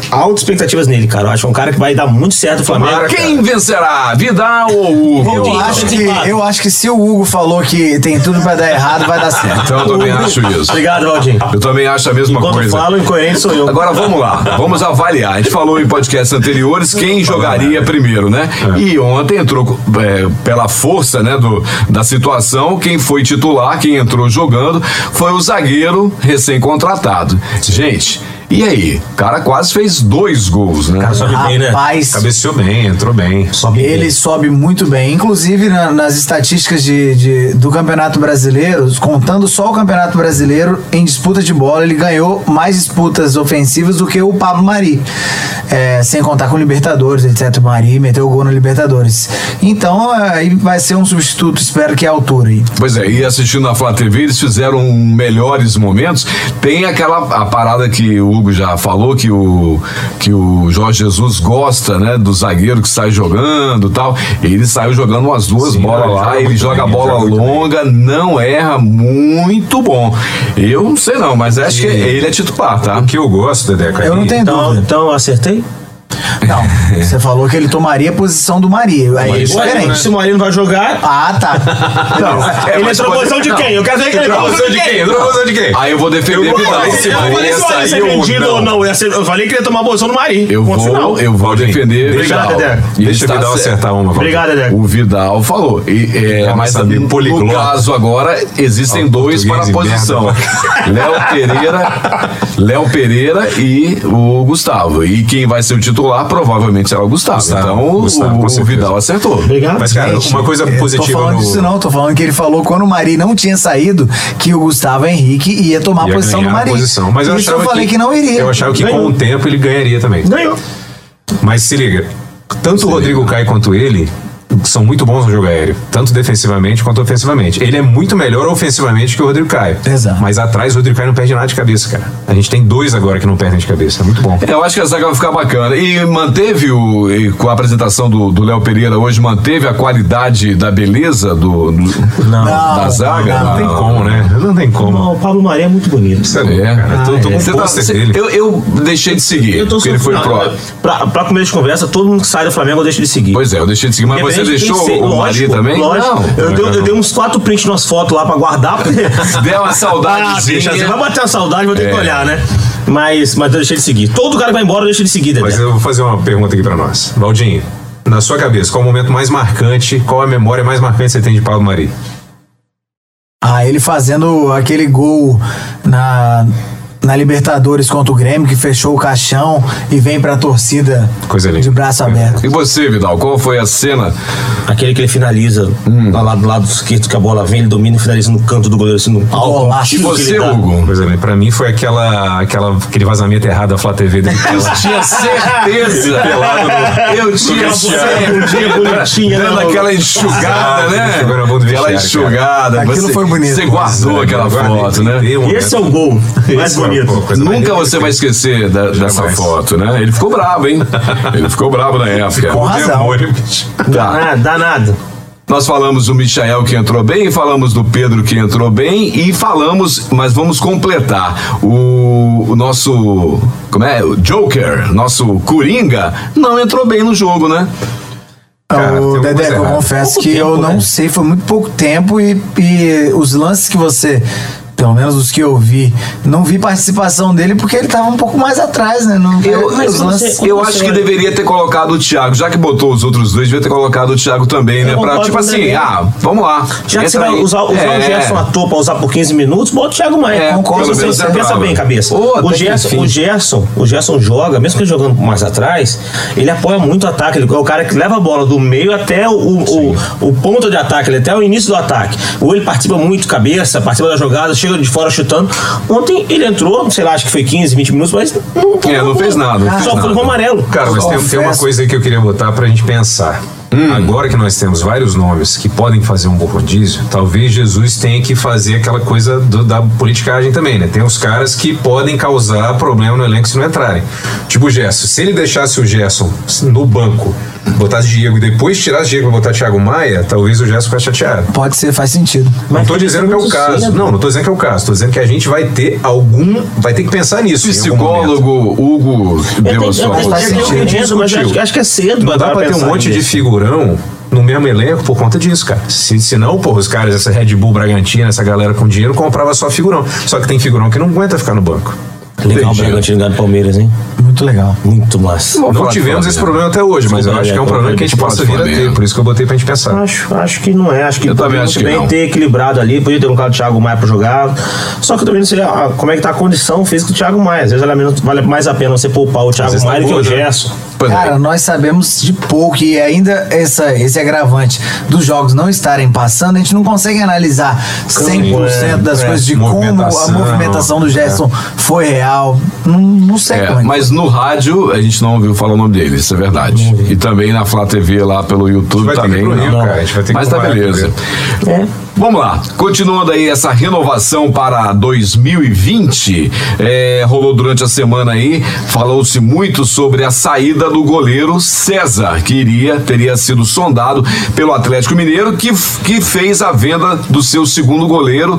Speaker 2: altas expectativas nele, cara. Eu acho um cara que vai dar muito certo no Flamengo.
Speaker 3: Tomara,
Speaker 1: Quem vencerá, Vidal ou Hugo?
Speaker 4: Eu
Speaker 2: Vitinho,
Speaker 4: acho, que,
Speaker 2: desempate.
Speaker 4: eu acho que se o Hugo falou que tem tudo pra dar errado, vai dar certo.
Speaker 1: Então eu também acho isso.
Speaker 2: Obrigado, Valdinho.
Speaker 1: Eu também acho a mesma
Speaker 2: Enquanto
Speaker 1: coisa.
Speaker 2: falo, incoerente sou eu.
Speaker 1: Agora vamos lá, vamos avaliar. A gente falou em podcasts anteriores quem jogaria primeiro, né? E ontem entrou é, pela força né, do, da situação, quem foi titular, quem entrou jogando, foi o zagueiro recém-contratado. Gente, e aí? O cara quase fez dois gols, né?
Speaker 2: Sobe bem, né?
Speaker 4: Rapaz,
Speaker 3: Cabeceou bem, entrou bem.
Speaker 2: Sobe bem.
Speaker 4: ele sobe muito bem. Inclusive, na- nas estatísticas de, de- do Campeonato Brasileiro, contando só o Campeonato Brasileiro, em disputa de bola, ele ganhou mais disputas ofensivas do que o Pablo Mari. É, sem contar com Libertadores, etc. O Mari meteu gol na Libertadores. Então, aí vai ser um substituto, espero que à altura aí.
Speaker 1: Pois é, e assistindo a Flá TV, eles fizeram um melhores momentos. Tem aquela a parada que o Hugo já falou, que o, que o Jorge Jesus gosta, né, do zagueiro que sai jogando e tal. Ele saiu jogando umas duas
Speaker 3: Sim,
Speaker 1: bolas
Speaker 3: ele
Speaker 1: lá,
Speaker 3: joga
Speaker 1: ele
Speaker 3: muito
Speaker 1: joga
Speaker 3: bem,
Speaker 1: a bola
Speaker 3: joga muito bem.
Speaker 1: longa, não erra, muito bom. Eu não sei não, mas acho que
Speaker 3: E-
Speaker 1: ele é titular, tá?
Speaker 3: O que eu gosto, Dedeca.
Speaker 4: Eu não né?
Speaker 3: e- Tá
Speaker 4: tenho
Speaker 2: Então,
Speaker 4: dúvida.
Speaker 2: então eu acertei?
Speaker 4: Não, você falou que ele tomaria a posição do Maria. Aí é
Speaker 3: Maria saiu,
Speaker 4: diferente.
Speaker 3: né?
Speaker 2: Se o Marinho vai jogar,
Speaker 4: Ah, tá. Não,
Speaker 3: É,
Speaker 2: ele
Speaker 3: mas
Speaker 2: entrou
Speaker 3: pode-
Speaker 2: posição de
Speaker 3: não.
Speaker 2: quem? Eu quero ver que ele entrou posição de quem.
Speaker 3: Entrou posição de quem?
Speaker 1: Aí eu vou defender
Speaker 3: Eu vou
Speaker 1: Vidal.
Speaker 3: falar
Speaker 2: Eu
Speaker 3: esse
Speaker 1: Se
Speaker 3: Maria
Speaker 2: falei se vai ser
Speaker 1: é
Speaker 3: saiu ou
Speaker 2: vendido ou
Speaker 3: não.
Speaker 2: não. ia ser- Eu falei que ele ia tomar a posição do Marinho.
Speaker 1: Eu
Speaker 2: Ponto
Speaker 1: vou,
Speaker 2: final.
Speaker 1: eu vou
Speaker 3: Valdir,
Speaker 1: defender
Speaker 3: deixa-
Speaker 1: Vidal.
Speaker 2: Dedé,
Speaker 1: E
Speaker 3: Deixa o
Speaker 4: tá
Speaker 1: está
Speaker 3: Vidal
Speaker 1: certo.
Speaker 3: acertar uma, Valdir.
Speaker 2: Obrigado, Edeco.
Speaker 1: O Vidal falou. E, é,
Speaker 3: Cara,
Speaker 1: mas
Speaker 3: sabe,
Speaker 1: no
Speaker 3: poliglota.
Speaker 1: caso agora, existem
Speaker 3: Fala
Speaker 1: dois para a
Speaker 3: português e
Speaker 1: posição.
Speaker 3: merda.
Speaker 1: Léo Pereira, Léo Pereira e o Gustavo. E quem vai ser o titular provavelmente será o Gustavo.
Speaker 3: Gustavo,
Speaker 1: então o-
Speaker 3: Gustavo, com
Speaker 1: o,
Speaker 3: certeza.
Speaker 1: Vidal acertou.
Speaker 2: Obrigado.
Speaker 3: Mas, cara, uma coisa
Speaker 4: eu É, Tô
Speaker 3: positiva
Speaker 4: falando
Speaker 3: no...
Speaker 4: disso não, tô falando que ele falou quando o Mari não tinha saído que o Gustavo Henrique ia tomar a
Speaker 3: ia
Speaker 4: posição do
Speaker 3: ganhar a
Speaker 4: Mari.
Speaker 3: posição. Mas eu
Speaker 4: Isso
Speaker 3: achava
Speaker 4: eu falei que, não iria.
Speaker 3: Eu achava que
Speaker 2: Ganhou.
Speaker 3: com o tempo ele ganharia também.
Speaker 2: Ganhou.
Speaker 3: Mas se liga, tanto o Rodrigo Caio quanto ele são muito bons no jogo aéreo, tanto defensivamente quanto ofensivamente. Ele é muito melhor ofensivamente que o Rodrigo Caio.
Speaker 4: Exato.
Speaker 3: Mas atrás o Rodrigo Caio não perde nada de cabeça, cara. A gente tem dois agora que não perdem de cabeça. É muito bom.
Speaker 1: Eu acho que a zaga vai ficar bacana. E manteve o. e com a apresentação do do Léo Pereira hoje, manteve a qualidade da beleza do, do- da
Speaker 4: Não,
Speaker 1: zaga?
Speaker 3: Não tem como, né? Não tem como.
Speaker 2: Não, o Pablo Maria é muito bonito.
Speaker 3: Isso é louco,
Speaker 1: É.
Speaker 3: cara. Tô, tô
Speaker 1: Você
Speaker 3: com
Speaker 1: tá-
Speaker 3: pôster
Speaker 1: você-
Speaker 3: dele.
Speaker 1: eu, eu deixei de seguir, porque ele foi
Speaker 2: não,
Speaker 1: pro.
Speaker 2: Pra, pra começo de conversa, todo mundo que sai do Flamengo eu deixo de seguir.
Speaker 1: Pois é, eu deixei de seguir, mas você
Speaker 2: Depende de quem
Speaker 1: deixou
Speaker 2: ser.
Speaker 1: o Mari
Speaker 2: Lógico,
Speaker 1: também?
Speaker 2: Lógico.
Speaker 1: Não.
Speaker 2: Eu, dei, um- eu dei uns quatro prints nas fotos lá pra guardar. Porque...
Speaker 1: *laughs* Deu uma
Speaker 2: Ah, bicha, você
Speaker 1: saudadezinha.
Speaker 2: vai bater uma saudade, vou ter
Speaker 1: É.
Speaker 2: que olhar, né? Mas, mas eu deixei de seguir. Todo cara que vai embora, eu deixo de seguir, Dedé.
Speaker 3: Mas eu vou fazer uma pergunta aqui pra nós. Valdinho, na sua cabeça, qual o momento mais marcante, qual a memória mais marcante que você tem de Pablo Mari?
Speaker 4: Ah, ele fazendo aquele gol na, na Libertadores contra o Grêmio, que fechou o caixão e vem pra torcida
Speaker 3: Coisa linda.
Speaker 4: de braço aberto.
Speaker 1: E você, Vidal, qual foi a cena?
Speaker 2: Aquele que ele finaliza
Speaker 1: Hum.
Speaker 2: lá do lado esquerdo, que a bola vem, ele domina e finaliza no canto do goleiro, assim, no pau.
Speaker 4: Golaço.
Speaker 1: E
Speaker 2: Que
Speaker 1: você, é
Speaker 2: ele dá.
Speaker 1: Hugo?
Speaker 3: Coisa linda. Pra mim foi aquela, aquela, aquele vazamento errado da Flá TV dele.
Speaker 1: Tinha certeza. *laughs* Eu tinha
Speaker 2: bundinha bonitinha,
Speaker 1: certeza.
Speaker 2: né,
Speaker 1: Dando
Speaker 2: Hugo?
Speaker 1: aquela enxugada,
Speaker 3: Exato,
Speaker 1: né?
Speaker 3: enxugou na mão do
Speaker 1: Aquela
Speaker 3: vestiário,
Speaker 1: enxugada.
Speaker 4: Aquilo
Speaker 1: Você-
Speaker 4: foi bonito.
Speaker 3: né?
Speaker 1: Você guardou aquela foto, né?
Speaker 2: Esse é o gol mais
Speaker 3: Esse é o gol,
Speaker 2: bonito.
Speaker 3: coisa mais
Speaker 1: Nunca
Speaker 3: linda.
Speaker 1: você vai esquecer da- dessa
Speaker 3: Jamais.
Speaker 1: foto, né? Ele ficou bravo, hein? Ele ficou bravo na época.
Speaker 4: Com razão.
Speaker 1: Tá.
Speaker 2: Danado, danado.
Speaker 1: Nós falamos do Michael que entrou bem, falamos do Pedro que entrou bem e falamos, mas vamos completar. O, o nosso. Como é? O Joker, nosso Coringa, não entrou bem no jogo, né?
Speaker 3: Cara, tem
Speaker 4: o
Speaker 3: alguma
Speaker 4: Dedeco,
Speaker 3: coisa
Speaker 4: eu
Speaker 3: errada.
Speaker 4: confesso
Speaker 2: Pouco
Speaker 4: que
Speaker 2: tempo,
Speaker 4: eu não
Speaker 2: né?
Speaker 4: sei, foi muito pouco tempo e, e os lances que você, pelo menos os que eu vi, não vi participação dele porque ele tava um pouco mais atrás, né? Não,
Speaker 1: Eu,
Speaker 4: os
Speaker 2: É, você-
Speaker 4: lances-
Speaker 2: quando
Speaker 1: eu
Speaker 2: você
Speaker 1: acho que
Speaker 2: olha-
Speaker 1: deveria ter colocado o Thiago, já que botou os outros dois, devia ter colocado o Thiago também, né? Pra,
Speaker 2: concordo
Speaker 1: tipo
Speaker 2: com o
Speaker 1: assim,
Speaker 2: Daniel.
Speaker 1: ah, vamos lá.
Speaker 2: Já que você
Speaker 1: entra
Speaker 2: vai
Speaker 1: aí.
Speaker 2: usar, usar
Speaker 1: É.
Speaker 2: o Gerson à toa pra usar por 15 minutos, bota o Thiago Maia.
Speaker 1: É, tá
Speaker 4: pelo
Speaker 2: Pensa,
Speaker 4: menos
Speaker 2: pensa,
Speaker 1: entrava.
Speaker 2: pensa bem, cabeça.
Speaker 1: Ou até
Speaker 2: o,
Speaker 1: que
Speaker 2: Gerson,
Speaker 1: enfim.
Speaker 2: o Gerson, o Gerson joga, mesmo que ele jogando mais atrás, ele apoia muito o ataque. Ele é o cara que leva a bola do meio até o, o, o, o ponto de ataque, ele é até o início do ataque. Ou ele participa muito cabeça, participa da jogada, chega de fora chutando. Ontem ele entrou, sei lá, acho que foi 15, 20 minutos, mas não,
Speaker 1: É, não fez nada, não fez
Speaker 2: Só foi
Speaker 1: nada.
Speaker 2: com o amarelo.
Speaker 3: Cara, mas tem, tem uma
Speaker 4: Confesso.
Speaker 3: coisa aí que eu queria botar pra gente pensar. Agora que nós temos vários nomes que podem fazer um bom rodízio, talvez Jesus tenha que fazer aquela coisa do- da politicagem também, né? Tem os caras que podem causar problema no elenco se não entrarem. Tipo o Gerson. Se ele deixasse o Gerson no banco, botasse Diego e depois tirasse Diego e botar Thiago Maia, talvez o Gerson ficasse chateado.
Speaker 4: Pode ser, faz sentido.
Speaker 3: Não
Speaker 2: Mas
Speaker 3: tô
Speaker 2: tem que
Speaker 3: dizendo que
Speaker 2: ser
Speaker 3: é o
Speaker 2: muito
Speaker 3: caso.
Speaker 2: cedo.
Speaker 3: Não, não tô dizendo que é o caso. Tô dizendo que a gente vai ter algum. Vai ter que pensar nisso. em algum momento.
Speaker 1: Psicólogo Hugo
Speaker 2: Eu
Speaker 1: deu a
Speaker 2: tenho-
Speaker 1: sua
Speaker 2: eu
Speaker 1: posição.
Speaker 2: tenho- eu entendo, mas
Speaker 3: Discutiu.
Speaker 2: acho, acho que é cedo.
Speaker 3: Não dá pra ter um
Speaker 2: pensar
Speaker 3: monte de
Speaker 2: nisso.
Speaker 3: figurão no mesmo elenco por conta disso, cara. Se, se não, porra, os caras, essa Red Bull Bragantina, essa galera com dinheiro, comprava só figurão. Só que tem figurão que não aguenta ficar no banco.
Speaker 2: Legal o
Speaker 1: Entendi.
Speaker 2: Bragantino ganhar do Palmeiras, hein?
Speaker 4: Muito legal.
Speaker 2: Muito massa.
Speaker 1: Vamos
Speaker 3: Não
Speaker 1: falar de
Speaker 3: tivemos
Speaker 1: Flamengo.
Speaker 3: esse problema até hoje, mas eu
Speaker 2: Desculpa,
Speaker 3: acho que é
Speaker 2: Gabriel,
Speaker 3: um problema que a gente
Speaker 1: vamos
Speaker 3: possa
Speaker 1: falar
Speaker 3: vir a
Speaker 1: de
Speaker 3: ter.
Speaker 1: Flamengo.
Speaker 3: Por isso que eu botei pra gente pensar.
Speaker 2: Acho, acho que não é. Acho que
Speaker 1: Eu também
Speaker 2: poderia
Speaker 1: acho
Speaker 2: muito
Speaker 1: que
Speaker 2: bem
Speaker 1: não.
Speaker 2: ter equilibrado ali, podia ter colocado o Thiago Maia pra jogar. Só que eu também não sei ah, como é que tá a condição física do Thiago Maia. Às vezes vale, menos- vale mais a pena você poupar o Thiago
Speaker 3: vezes tá
Speaker 2: Maia do que o
Speaker 3: boa, né?
Speaker 2: Gerson.
Speaker 1: Pois é.
Speaker 4: Cara, nós sabemos de pouco e ainda essa, esse agravante dos jogos não estarem passando, a gente não consegue analisar 100% das
Speaker 3: é,
Speaker 4: coisas de como a
Speaker 3: movimentação,
Speaker 4: movimentação do Gerson foi tal. Não, não sei
Speaker 1: É,
Speaker 4: como é. que-
Speaker 1: mas no rádio a gente não ouviu falar o nome dele, isso é verdade. E também na Flá TV lá pelo YouTube
Speaker 3: vai ter que
Speaker 1: também.
Speaker 3: ir pro Rio,
Speaker 1: não.
Speaker 3: cara, a gente vai ter que
Speaker 1: mas tá
Speaker 3: acompanhar aqui,
Speaker 1: beleza.
Speaker 3: né?
Speaker 1: Vamos lá, continuando aí essa renovação para 2020, é, rolou durante a semana aí, falou-se muito sobre a saída do goleiro César, que iria, teria sido sondado pelo Atlético Mineiro, que, f- que fez a venda do seu segundo goleiro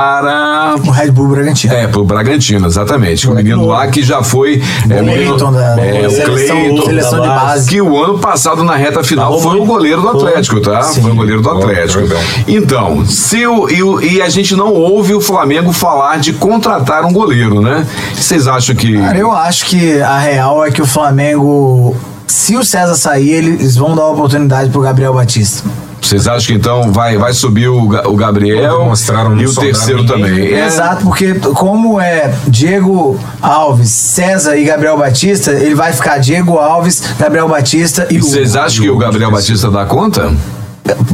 Speaker 1: para
Speaker 4: O Red Bull Bragantino.
Speaker 1: é, pro Bragantino, exatamente. O menino lá que já foi. É, menino-
Speaker 4: Cleiton da-
Speaker 1: é, o
Speaker 4: seleção-
Speaker 1: Cleiton.
Speaker 4: seleção de base.
Speaker 1: Que o ano passado, na reta final, Tá, foi o goleiro do Atlético, tá? Foi o goleiro do Atlético. Então, se o, e, o- e a gente não ouve o Flamengo falar de contratar um goleiro, né? Vocês acham que.
Speaker 4: Cara, eu acho que a real é que o Flamengo. Se o César sair, eles vão dar uma oportunidade pro Gabriel Batista.
Speaker 1: Vocês acham que então vai, vai subir o, Ga- o Gabriel
Speaker 3: Não mostraram, não
Speaker 1: e o
Speaker 3: sondaram
Speaker 1: terceiro
Speaker 3: ninguém.
Speaker 1: também? É,
Speaker 4: Exato, porque como é Diego Alves, César e Gabriel Batista, ele vai ficar Diego Alves, Gabriel Batista e
Speaker 1: Vocês
Speaker 4: Hugo.
Speaker 1: acham que o Gabriel Batista dá conta?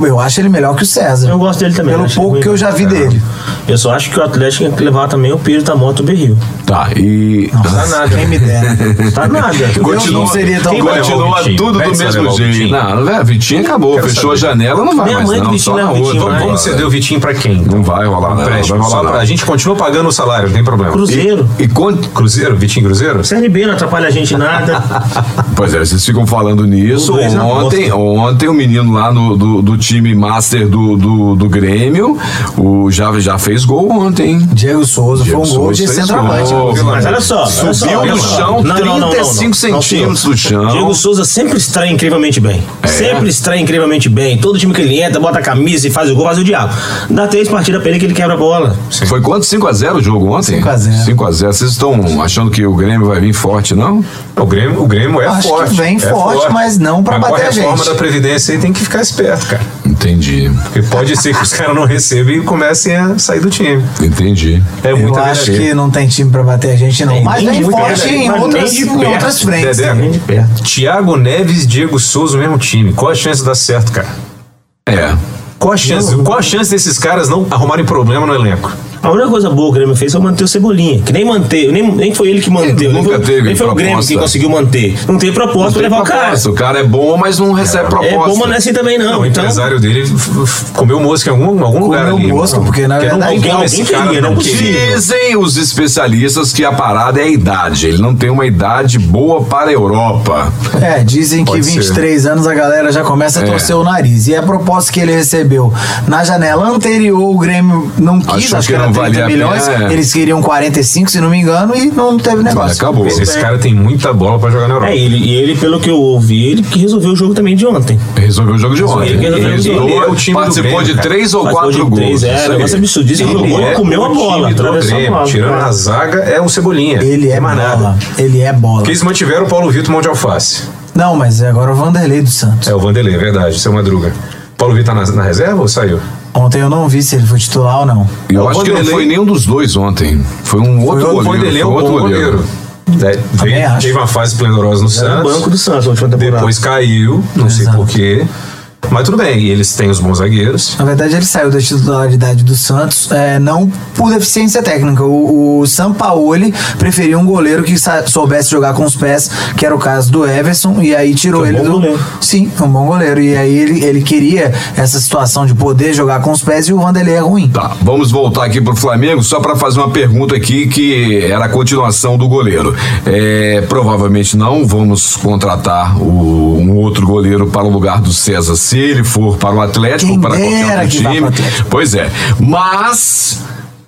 Speaker 4: Eu acho ele melhor que o César.
Speaker 2: Eu gosto dele também.
Speaker 4: Pelo
Speaker 2: acho
Speaker 4: pouco
Speaker 2: ele
Speaker 4: que eu já vi dele.
Speaker 2: Eu só acho que o Atlético tem que levar também o Pedro da moto do Berril.
Speaker 1: Tá, e.
Speaker 4: Tá nada. Quem me dera.
Speaker 2: Tá nada.
Speaker 1: *laughs*
Speaker 4: Continua. não seria tão
Speaker 2: Quem vai
Speaker 1: continua
Speaker 2: levar o Vitinho?
Speaker 1: tudo
Speaker 3: Vai
Speaker 1: do
Speaker 3: que você
Speaker 1: mesmo
Speaker 3: leva o
Speaker 1: jeito.
Speaker 3: Vitinho?
Speaker 1: Não, velho, Vitinho acabou,
Speaker 3: Quero
Speaker 1: fechou
Speaker 3: saber.
Speaker 1: a janela, não vai
Speaker 2: Minha
Speaker 1: mais
Speaker 2: mãe do
Speaker 1: não,
Speaker 2: Vitinho
Speaker 1: só na
Speaker 2: leva o
Speaker 1: outra.
Speaker 2: Vitinho,
Speaker 1: né?
Speaker 2: vai.
Speaker 3: Vamos ceder o Vitinho pra quem? então?
Speaker 1: Não vai rolar,
Speaker 3: Um
Speaker 1: não,
Speaker 3: empréstimo,
Speaker 1: não vai rolar,
Speaker 3: só pra-
Speaker 1: não.
Speaker 3: A gente continua pagando o salário, não tem problema.
Speaker 2: Cruzeiro.
Speaker 1: E quando,
Speaker 3: Cruzeiro? Vitinho Cruzeiro?
Speaker 2: Série B não atrapalha a gente em nada.
Speaker 1: *laughs* pois é, vocês ficam falando nisso.
Speaker 2: O dois na
Speaker 1: Ontem,
Speaker 2: mostra.
Speaker 1: ontem o menino lá no- do, do time master do, do, do Grêmio, o já, já fez gol ontem. hein?
Speaker 4: Diego Souza
Speaker 1: Diego
Speaker 4: foi um gol de
Speaker 1: Souza fez
Speaker 4: centroavante.
Speaker 1: gol.
Speaker 2: Mas olha só. olha só,
Speaker 1: Subiu
Speaker 2: olha
Speaker 1: do
Speaker 2: só.
Speaker 1: chão 35 centímetros
Speaker 2: senhor.
Speaker 1: do chão. É.
Speaker 2: Diego Souza sempre estreia incrivelmente bem. Sempre estreia incrivelmente bem. Todo time que ele entra, bota a camisa e faz o gol, faz o diabo. Dá três partidas pra ele que ele quebra a bola.
Speaker 1: Foi quanto? 5x0 o jogo ontem?
Speaker 4: 5x0.
Speaker 1: 5x0. Vocês estão achando que o Grêmio vai vir forte, não?
Speaker 3: O Grêmio, o Grêmio é
Speaker 4: Acho que
Speaker 3: forte.
Speaker 4: vem
Speaker 3: é
Speaker 4: forte, mas não pra
Speaker 3: Agora,
Speaker 4: bater a
Speaker 3: reforma
Speaker 4: gente.
Speaker 3: da Previdência aí tem que ficar esperto, cara.
Speaker 1: Entendi,
Speaker 3: Porque pode ser que os *laughs* caras não recebam e comecem a sair do time.
Speaker 1: entendi.
Speaker 3: É
Speaker 4: Eu
Speaker 3: muita
Speaker 4: acho
Speaker 3: verdade.
Speaker 4: que não tem time pra bater a gente, não.
Speaker 2: Tem,
Speaker 4: Mas
Speaker 2: nem
Speaker 4: vem
Speaker 2: de
Speaker 4: forte
Speaker 2: perto,
Speaker 4: em
Speaker 2: mas nem
Speaker 4: outras,
Speaker 2: de
Speaker 4: em
Speaker 2: perto.
Speaker 4: outras frentes.
Speaker 3: Dedé,
Speaker 4: né?
Speaker 3: Thiago Neves e Diego Souza, o mesmo time. Qual a chance de dar certo, cara?
Speaker 1: É.
Speaker 3: Qual a chance, qual a chance desses caras não arrumarem problema no elenco?
Speaker 2: A única coisa boa que o Grêmio fez foi manter o Cebolinha, que nem manteve, nem, nem foi ele que manteve.
Speaker 1: Ele
Speaker 2: nem
Speaker 1: nunca
Speaker 2: foi,
Speaker 1: teve
Speaker 2: nem foi o Grêmio
Speaker 1: proposta.
Speaker 2: que conseguiu manter. Não tem proposta
Speaker 1: Não
Speaker 2: pra
Speaker 1: tem
Speaker 2: levar o cara.
Speaker 1: proposta. O cara é bom, mas não recebe
Speaker 2: É
Speaker 1: proposta.
Speaker 2: bom, mas não é assim também não.
Speaker 3: O
Speaker 2: então,
Speaker 3: empresário dele f- f- comeu mosca em algum, algum lugar ali.
Speaker 4: mosca, porque na
Speaker 3: não
Speaker 4: verdade
Speaker 3: vão
Speaker 2: alguém-
Speaker 3: esse
Speaker 2: alguém
Speaker 3: cara
Speaker 2: queria,
Speaker 3: não
Speaker 2: não
Speaker 3: queria.
Speaker 2: possível.
Speaker 1: Dizem os especialistas que a parada é a idade. Ele não tem uma idade boa para a Europa.
Speaker 4: É, dizem que
Speaker 3: Pode ser.
Speaker 4: 23 anos a galera já começa a
Speaker 1: É.
Speaker 4: torcer o nariz. E a proposta que ele recebeu na janela anterior, o Grêmio não quis,
Speaker 1: Achou
Speaker 4: acho
Speaker 1: que
Speaker 4: que,
Speaker 1: não
Speaker 4: era 30
Speaker 1: valia a
Speaker 4: milhões.
Speaker 1: pena, é.
Speaker 4: Eles queriam 45, se não me engano, e não teve negócio.
Speaker 1: Acabou.
Speaker 3: Esse cara tem muita bola pra jogar na Europa.
Speaker 2: É, ele, e ele, pelo que eu ouvi, ele que resolveu o jogo também de ontem.
Speaker 1: Resolveu o jogo de ontem.
Speaker 2: ele resolveu
Speaker 1: Fez
Speaker 2: o jogo.
Speaker 1: dois,
Speaker 3: Ele é o time do
Speaker 1: participou
Speaker 3: Grêmio,
Speaker 1: de
Speaker 3: cara.
Speaker 1: três ou
Speaker 2: Mas
Speaker 1: quatro
Speaker 2: hoje em
Speaker 1: gols.
Speaker 2: três, é,
Speaker 1: Isso aí.
Speaker 2: negócio absurdo. Dizem que
Speaker 3: Ele
Speaker 2: jogou,
Speaker 3: é
Speaker 2: comeu a
Speaker 3: o
Speaker 2: bola,
Speaker 3: time do
Speaker 2: atravessou a
Speaker 3: Grêmio.
Speaker 2: bola. né?
Speaker 3: Tirando a zaga, é o Cebolinha.
Speaker 4: Ele é
Speaker 3: mais
Speaker 4: bola. Ele é bola.
Speaker 3: Porque eles mantiveram o Paulo Vitor mão de alface.
Speaker 4: Não, mas é agora o Vanderlei do Santos.
Speaker 3: É o Vanderlei, é verdade, seu Madruga. Paulo Vitor tá na, na reserva ou saiu?
Speaker 4: Ontem eu não vi se ele foi titular ou não.
Speaker 1: Eu
Speaker 3: O
Speaker 1: acho que não
Speaker 3: Vanderlei-
Speaker 1: foi nenhum dos dois ontem. Foi um outro
Speaker 3: o
Speaker 1: goleiro.
Speaker 3: Vanderlei é
Speaker 1: Foi
Speaker 3: um
Speaker 1: outro
Speaker 3: bom goleiro.
Speaker 1: goleiro.
Speaker 3: É, veio-
Speaker 4: acho.
Speaker 3: teve uma fase esplendorosa
Speaker 2: Era o
Speaker 3: no Santos.
Speaker 2: banco do Santos, a última temporada.
Speaker 3: Depois caiu, não sei
Speaker 4: Exato.
Speaker 3: porquê. Mas tudo bem, e eles têm os bons zagueiros.
Speaker 4: Na verdade, ele saiu da titularidade do Santos, é, não por deficiência técnica. O, o Sampaoli preferiu um goleiro que sa- soubesse jogar com os pés, que era o caso do Everson, e aí tirou
Speaker 2: Que é um
Speaker 4: ele
Speaker 2: bom
Speaker 4: do.
Speaker 2: goleiro.
Speaker 4: Sim, é um bom goleiro. E aí ele, ele queria essa situação de poder jogar com os pés e o Vanderlei é ruim.
Speaker 1: Tá, vamos voltar aqui pro Flamengo só para fazer uma pergunta aqui que era a continuação do goleiro. É, provavelmente não vamos contratar o- um outro goleiro para o lugar do César se ele for para o Atlético
Speaker 4: Quem
Speaker 1: ou para qualquer
Speaker 4: dera
Speaker 1: outro
Speaker 4: que vá
Speaker 1: time.
Speaker 4: pro Atlético.
Speaker 1: Pois é, mas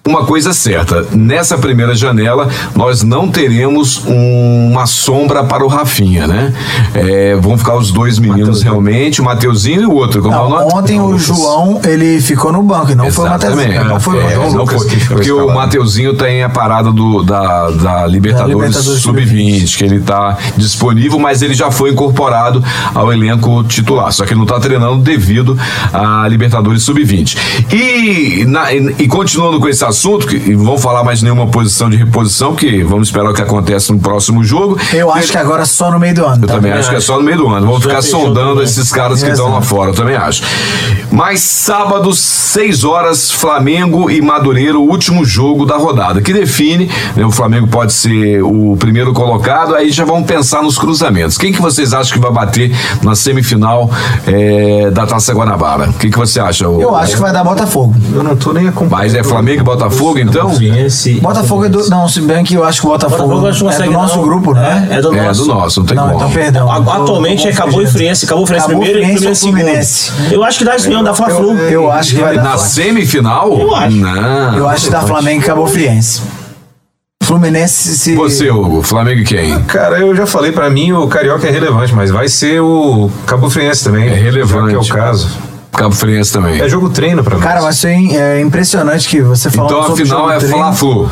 Speaker 1: uma coisa é certa, nessa primeira janela nós não teremos um- uma sombra para o Rafinha, né? É, vão ficar os dois meninos realmente, o Mateuzinho e o outro. Como é
Speaker 4: Não,
Speaker 1: o nome?
Speaker 4: ontem o
Speaker 1: Lucas.
Speaker 4: João ele ficou no banco e não foi o Matheus.
Speaker 1: Exatamente.
Speaker 4: Não foi o
Speaker 1: É,
Speaker 4: Matheus.
Speaker 1: não
Speaker 3: Lucas
Speaker 1: foi.
Speaker 3: que ficou
Speaker 1: Porque o
Speaker 3: escalado.
Speaker 1: Mateuzinho tem a parada do, da, da Libertadores,
Speaker 4: Da Libertadores
Speaker 1: Sub-20, que ele está disponível, mas ele já foi incorporado ao elenco titular. Só que não tá está treinando devido à Libertadores Sub-20. E, na- e- e continuando com esse assunto, que, e vão falar mais nenhuma posição de reposição, que vamos esperar o que acontece no próximo jogo.
Speaker 4: Eu acho que agora só no meio do ano.
Speaker 1: Eu
Speaker 4: tá?
Speaker 1: também acho que é só no meio do ano. Vamos
Speaker 2: Já
Speaker 1: ficar
Speaker 2: fechou
Speaker 1: sondando
Speaker 2: também.
Speaker 1: esses caras
Speaker 4: É,
Speaker 1: que estão lá fora, eu também acho. Mas sábado, 6 horas, Flamengo e Madureira, o último jogo da rodada, que define, né, o Flamengo pode ser o primeiro colocado, aí já vamos pensar nos cruzamentos. Quem que vocês acham que vai bater na semifinal eh, da Taça Guanabara? O que, que você acha? ô-
Speaker 4: Eu acho que vai dar Botafogo.
Speaker 3: Eu não tô nem acompanhando.
Speaker 1: Mas é Flamengo e Botafogo, então?
Speaker 2: Fluminense.
Speaker 4: Botafogo é do. Não, se bem que eu acho que o Botafogo,
Speaker 2: Botafogo acho que não
Speaker 4: é do
Speaker 2: consegue,
Speaker 4: nosso
Speaker 2: não.
Speaker 4: grupo, né?
Speaker 2: É, é do
Speaker 1: É,
Speaker 2: nosso.
Speaker 1: do nosso, não tem
Speaker 4: Não,
Speaker 1: como.
Speaker 4: então perdão.
Speaker 2: A-
Speaker 4: Eu tô-
Speaker 2: Atualmente
Speaker 4: tô
Speaker 2: acabou e
Speaker 4: confundindo.
Speaker 2: Fluminense, acabou o Fluminense
Speaker 4: Acabou
Speaker 2: primeiro e o
Speaker 4: Fluminense ou
Speaker 2: Fluminense segundo. Eu acho que dá isso mesmo, dá Fla-Flu.
Speaker 4: Eu, eu acho que vai
Speaker 1: Na
Speaker 4: dar.
Speaker 1: semifinal?
Speaker 2: Eu acho.
Speaker 1: Não.
Speaker 4: Eu acho que dá Flamengo e Cabo Friense. Fluminense se.
Speaker 1: Você, Hugo, Flamengo e quem?
Speaker 3: Cara, eu já falei, pra mim o Carioca é relevante, mas vai ser o Cabo Friense também.
Speaker 1: É relevante.
Speaker 3: já Que é o caso.
Speaker 1: Cabo Friense também.
Speaker 3: É jogo treino pra nós.
Speaker 4: Cara, mas isso é im- é impressionante que você falou
Speaker 1: Então
Speaker 4: sobre o
Speaker 1: afinal
Speaker 4: jogo
Speaker 1: é
Speaker 4: treino.
Speaker 1: Fla-Flu.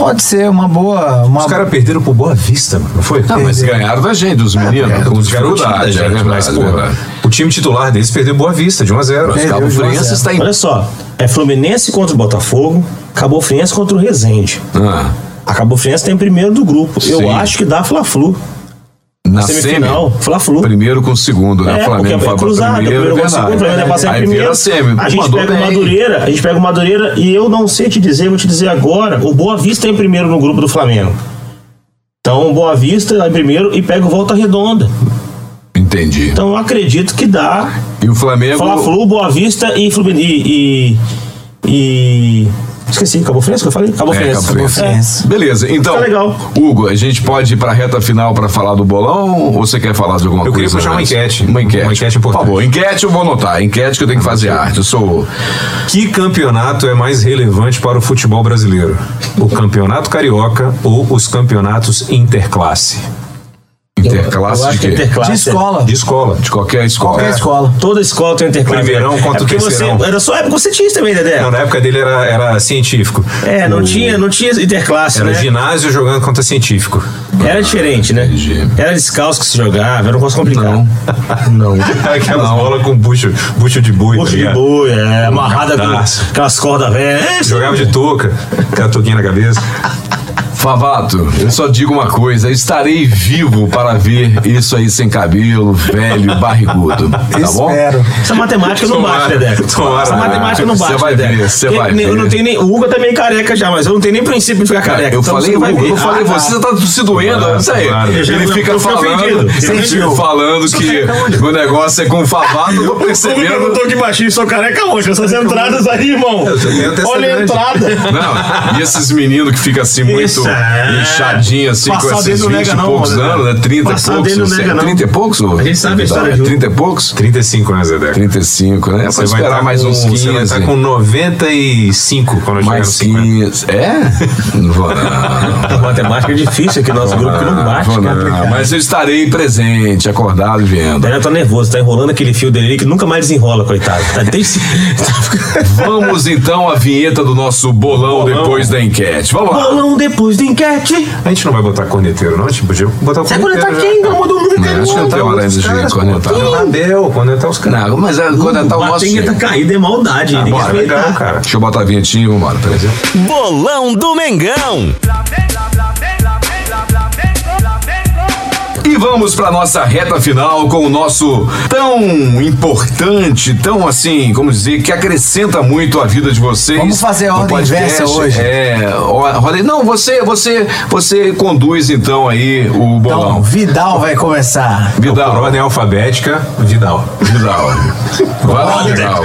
Speaker 4: Pode ser uma boa. Uma...
Speaker 3: Os caras perderam pro Boa Vista, mano, não foi?
Speaker 1: Ah, mas ganharam da gente,
Speaker 2: É,
Speaker 1: dos meninos, com
Speaker 3: Os garotos
Speaker 1: dificuldade,
Speaker 3: da
Speaker 1: é
Speaker 3: gente,
Speaker 1: verdade,
Speaker 3: mas, pô,
Speaker 1: verdade.
Speaker 3: o time titular deles perdeu Boa Vista, de 1 a 0
Speaker 1: Mas
Speaker 4: Perdeu
Speaker 1: Cabo
Speaker 4: de um a
Speaker 1: Friense
Speaker 4: zero.
Speaker 1: está em...
Speaker 2: Olha só, é Fluminense contra o Botafogo, Cabo Friense contra o Resende.
Speaker 1: Ah,
Speaker 2: A Cabo Friense tem tá primeiro do grupo.
Speaker 1: Sim.
Speaker 2: Eu acho que dá Fla-Flu.
Speaker 1: na semi,
Speaker 2: Semifinal, Fla-Lu.
Speaker 1: primeiro com o segundo, né?
Speaker 2: É, porque
Speaker 1: Flamengo
Speaker 2: é
Speaker 1: foi
Speaker 2: cruzado, primeiro gol,
Speaker 1: verdade.
Speaker 2: segundo, o Flamengo é passar em
Speaker 1: Aí vira
Speaker 2: primeiro.
Speaker 1: a semi,
Speaker 2: A gente
Speaker 1: mandou
Speaker 2: pega o
Speaker 1: bem.
Speaker 2: Madureira, a gente pega o Madureira e eu não sei te dizer, vou te dizer agora, o Boa Vista é em primeiro no grupo do Flamengo. Então, o Boa Vista é em primeiro e pega o Volta Redonda.
Speaker 1: Entendi.
Speaker 2: Então, eu acredito que dá
Speaker 1: E o Flamengo...
Speaker 2: Fla-Flu, Boa Vista e Fluminense e, e- e- esqueci, Cabo Friense que eu falei? Cabo
Speaker 1: É,
Speaker 2: Friense.
Speaker 1: Cabo Friense.
Speaker 4: Fluminense.
Speaker 1: Beleza, então,
Speaker 2: Tá legal.
Speaker 1: Hugo, a gente pode ir para a reta final para falar do bolão ou você quer falar de alguma
Speaker 3: Eu
Speaker 1: coisa?
Speaker 3: queria puxar uma
Speaker 1: antes?
Speaker 3: enquete.
Speaker 1: Uma enquete.
Speaker 3: Uma enquete importante.
Speaker 1: Por favor, enquete eu vou anotar. Enquete que eu tenho que fazer arte. Eu sou.
Speaker 3: Que campeonato é mais relevante para o futebol brasileiro? O campeonato carioca ou os campeonatos interclasse?
Speaker 1: Interclasse
Speaker 2: É. Eu
Speaker 1: de
Speaker 2: acho que
Speaker 1: quê?
Speaker 4: De
Speaker 2: interclasse.
Speaker 4: escola.
Speaker 3: De escola.
Speaker 1: De qualquer escola.
Speaker 4: Qualquer escola.
Speaker 2: Toda escola tem interclasse.
Speaker 3: Primeirão
Speaker 2: né?
Speaker 3: contra o
Speaker 2: é porque você,
Speaker 3: terceirão.
Speaker 2: Era só época que você tinha isso também, Dedé.
Speaker 3: Não, na época dele era, era científico.
Speaker 2: É, não
Speaker 3: O-
Speaker 2: tinha, não tinha interclasse,
Speaker 3: Era
Speaker 2: né?
Speaker 3: ginásio jogando contra científico.
Speaker 2: Era diferente, né?
Speaker 1: entendi.
Speaker 2: Era descalço que se jogava, era um negócio complicado.
Speaker 1: Não. *laughs*
Speaker 3: Aquelas bolas com bucho, bucho de boi. tá
Speaker 2: Poxa de
Speaker 3: ligado?
Speaker 2: boi, é, amarrada
Speaker 3: Captaço.
Speaker 2: com aquelas cordas velhas. É,
Speaker 3: Jogava de touca, com a touquinha na cabeça.
Speaker 1: Favato, eu só digo uma coisa: estarei vivo para ver isso aí sem cabelo, velho,
Speaker 2: *laughs*
Speaker 1: barrigudo. Tá bom?
Speaker 4: Espero.
Speaker 2: Essa matemática não
Speaker 3: Tomara,
Speaker 2: bate, Dedé.
Speaker 3: tomara.
Speaker 2: Essa matemática não
Speaker 1: Você
Speaker 2: bate.
Speaker 1: vai
Speaker 2: Dedé.
Speaker 1: ver, você
Speaker 2: Porque
Speaker 1: vai
Speaker 2: nem- Eu
Speaker 1: ver.
Speaker 2: não tenho nem. O Hugo também é careca já, mas eu não tenho nem princípio de ficar careca.
Speaker 1: eu
Speaker 2: então
Speaker 1: falei,
Speaker 2: você não vai
Speaker 1: Hugo,
Speaker 2: ver.
Speaker 1: eu falei,
Speaker 2: Ah, tá.
Speaker 1: você tá se doendo,
Speaker 3: Claro,
Speaker 1: isso aí.
Speaker 3: claro.
Speaker 2: Eu já-
Speaker 1: Ele
Speaker 2: eu
Speaker 1: fica
Speaker 2: fui
Speaker 1: falando,
Speaker 2: ofendido.
Speaker 1: ele
Speaker 2: Sentiu.
Speaker 1: falando que o negócio é com o Favato, eu tô percebendo.
Speaker 2: aqui baixinho, sou careca hoje. Essas entradas aí, irmão.
Speaker 3: tenho até essa
Speaker 2: entrada.
Speaker 1: Não, e esses meninos que ficam assim muito
Speaker 2: Isso, é.
Speaker 1: inchadinhos, assim,
Speaker 2: Passar
Speaker 1: com esses
Speaker 2: dedo
Speaker 1: 20
Speaker 2: não nega
Speaker 1: e
Speaker 2: não,
Speaker 1: poucos
Speaker 2: Dedé.
Speaker 1: anos, né? 30 e
Speaker 2: Passar
Speaker 1: poucos.
Speaker 2: dedo não
Speaker 1: você-
Speaker 2: nega não.
Speaker 1: 30 e poucos? A
Speaker 2: gente sabe a história junto.
Speaker 1: 30 e poucos?
Speaker 3: 35, né, Zé Deco?
Speaker 1: 35, né? Pra esperar
Speaker 3: tá
Speaker 1: mais
Speaker 3: com-
Speaker 1: uns 15.
Speaker 3: Você vai estar com né? 95 quando eu chegar
Speaker 1: mais
Speaker 3: nos 50.
Speaker 1: 15. É? Não vou não.
Speaker 2: A *laughs* matemática é difícil aqui no nosso grupo, que não bate,
Speaker 1: Vou
Speaker 2: cara.
Speaker 1: não. Mas eu estarei presente, acordado e
Speaker 2: O
Speaker 1: vendo.
Speaker 2: Daniel tá nervoso, tá enrolando aquele fio dele ali que nunca mais desenrola, coitado. Tá
Speaker 4: *laughs*
Speaker 2: desde...
Speaker 1: Vamos então à vinheta do nosso bolão, depois da enquete. Vamos lá.
Speaker 2: Bolão depois da enquete.
Speaker 3: A gente não vai botar corneteiro, não? A gente podia botar o
Speaker 2: Você é
Speaker 3: corneteiro.
Speaker 4: tá
Speaker 2: conectar
Speaker 3: né? já.
Speaker 2: quem?
Speaker 4: então?
Speaker 2: Pelo amor do mundo,
Speaker 1: É, acho que não tem hora ainda de conectar.
Speaker 3: Tá no Abel, cornetar os caras.
Speaker 1: Não, mas é quando é tá o nosso.
Speaker 2: Batenga tá
Speaker 1: time.
Speaker 2: caído, é maldade. tem que
Speaker 3: Bora,
Speaker 2: respeitar.
Speaker 3: legal, cara.
Speaker 1: Deixa eu botar a vinhetinha e vambora, peraí.
Speaker 5: Bolão do
Speaker 1: *laughs*
Speaker 5: Mengão.
Speaker 1: E vamos para nossa reta final com o nosso tão importante, tão assim, como dizer, que acrescenta muito a vida de vocês.
Speaker 4: Vamos fazer a
Speaker 1: No
Speaker 4: ordem
Speaker 1: podcast,
Speaker 4: inversa hoje.
Speaker 1: É, ó- roda- não, você, você, você conduz então aí o
Speaker 4: Então,
Speaker 1: bolão.
Speaker 4: Vidal vai começar.
Speaker 3: Por
Speaker 1: Vidal,
Speaker 3: ordem alfabética, Vidal.
Speaker 1: Vidal. Vai lá, Vidal.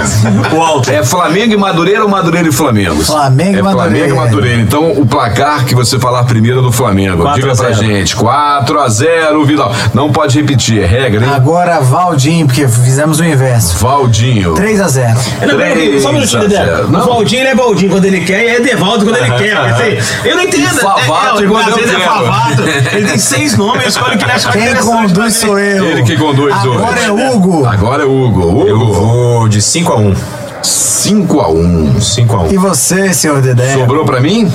Speaker 2: Walter.
Speaker 1: É Flamengo e Madureira ou Madureira e Flamengo?
Speaker 4: Flamengo e
Speaker 1: é Flamengo e
Speaker 4: Madureira.
Speaker 1: Madureira. Então, o placar que você falar primeiro é do Flamengo.
Speaker 2: 4
Speaker 1: Diga
Speaker 2: a
Speaker 1: pra
Speaker 2: 0.
Speaker 1: gente. 4 a 0 Vidal. Não pode repetir, é regra, hein?
Speaker 4: Agora Valdim, porque fizemos o inverso.
Speaker 1: Valdinho.
Speaker 4: 3 a 0
Speaker 2: Não, peraí,
Speaker 1: Três
Speaker 2: só um minutinho,
Speaker 1: a
Speaker 2: Dedé.
Speaker 1: zero.
Speaker 2: O
Speaker 1: Não.
Speaker 2: Valdinho ele é Valdinho quando ele quer e é Edevaldo quando ele quer. mas assim, Eu não entendo.
Speaker 1: E Favato
Speaker 2: é, é,
Speaker 1: quando
Speaker 2: às
Speaker 1: eu
Speaker 2: vezes é
Speaker 1: quero. *laughs*
Speaker 2: Favato. Ele tem seis nomes, escolhe o que ele acha
Speaker 4: Quem
Speaker 2: interessante
Speaker 4: conduz
Speaker 2: pra
Speaker 4: sou eu.
Speaker 1: Ele que conduz
Speaker 4: Agora
Speaker 1: hoje.
Speaker 4: é Hugo.
Speaker 1: Agora é Hugo.
Speaker 3: um. Eu
Speaker 1: Hugo,
Speaker 3: vou de 5 a 1
Speaker 1: 5x1.
Speaker 3: 5 a 1
Speaker 4: E você, senhor Dedé?
Speaker 3: É.
Speaker 1: Sobrou pra mim?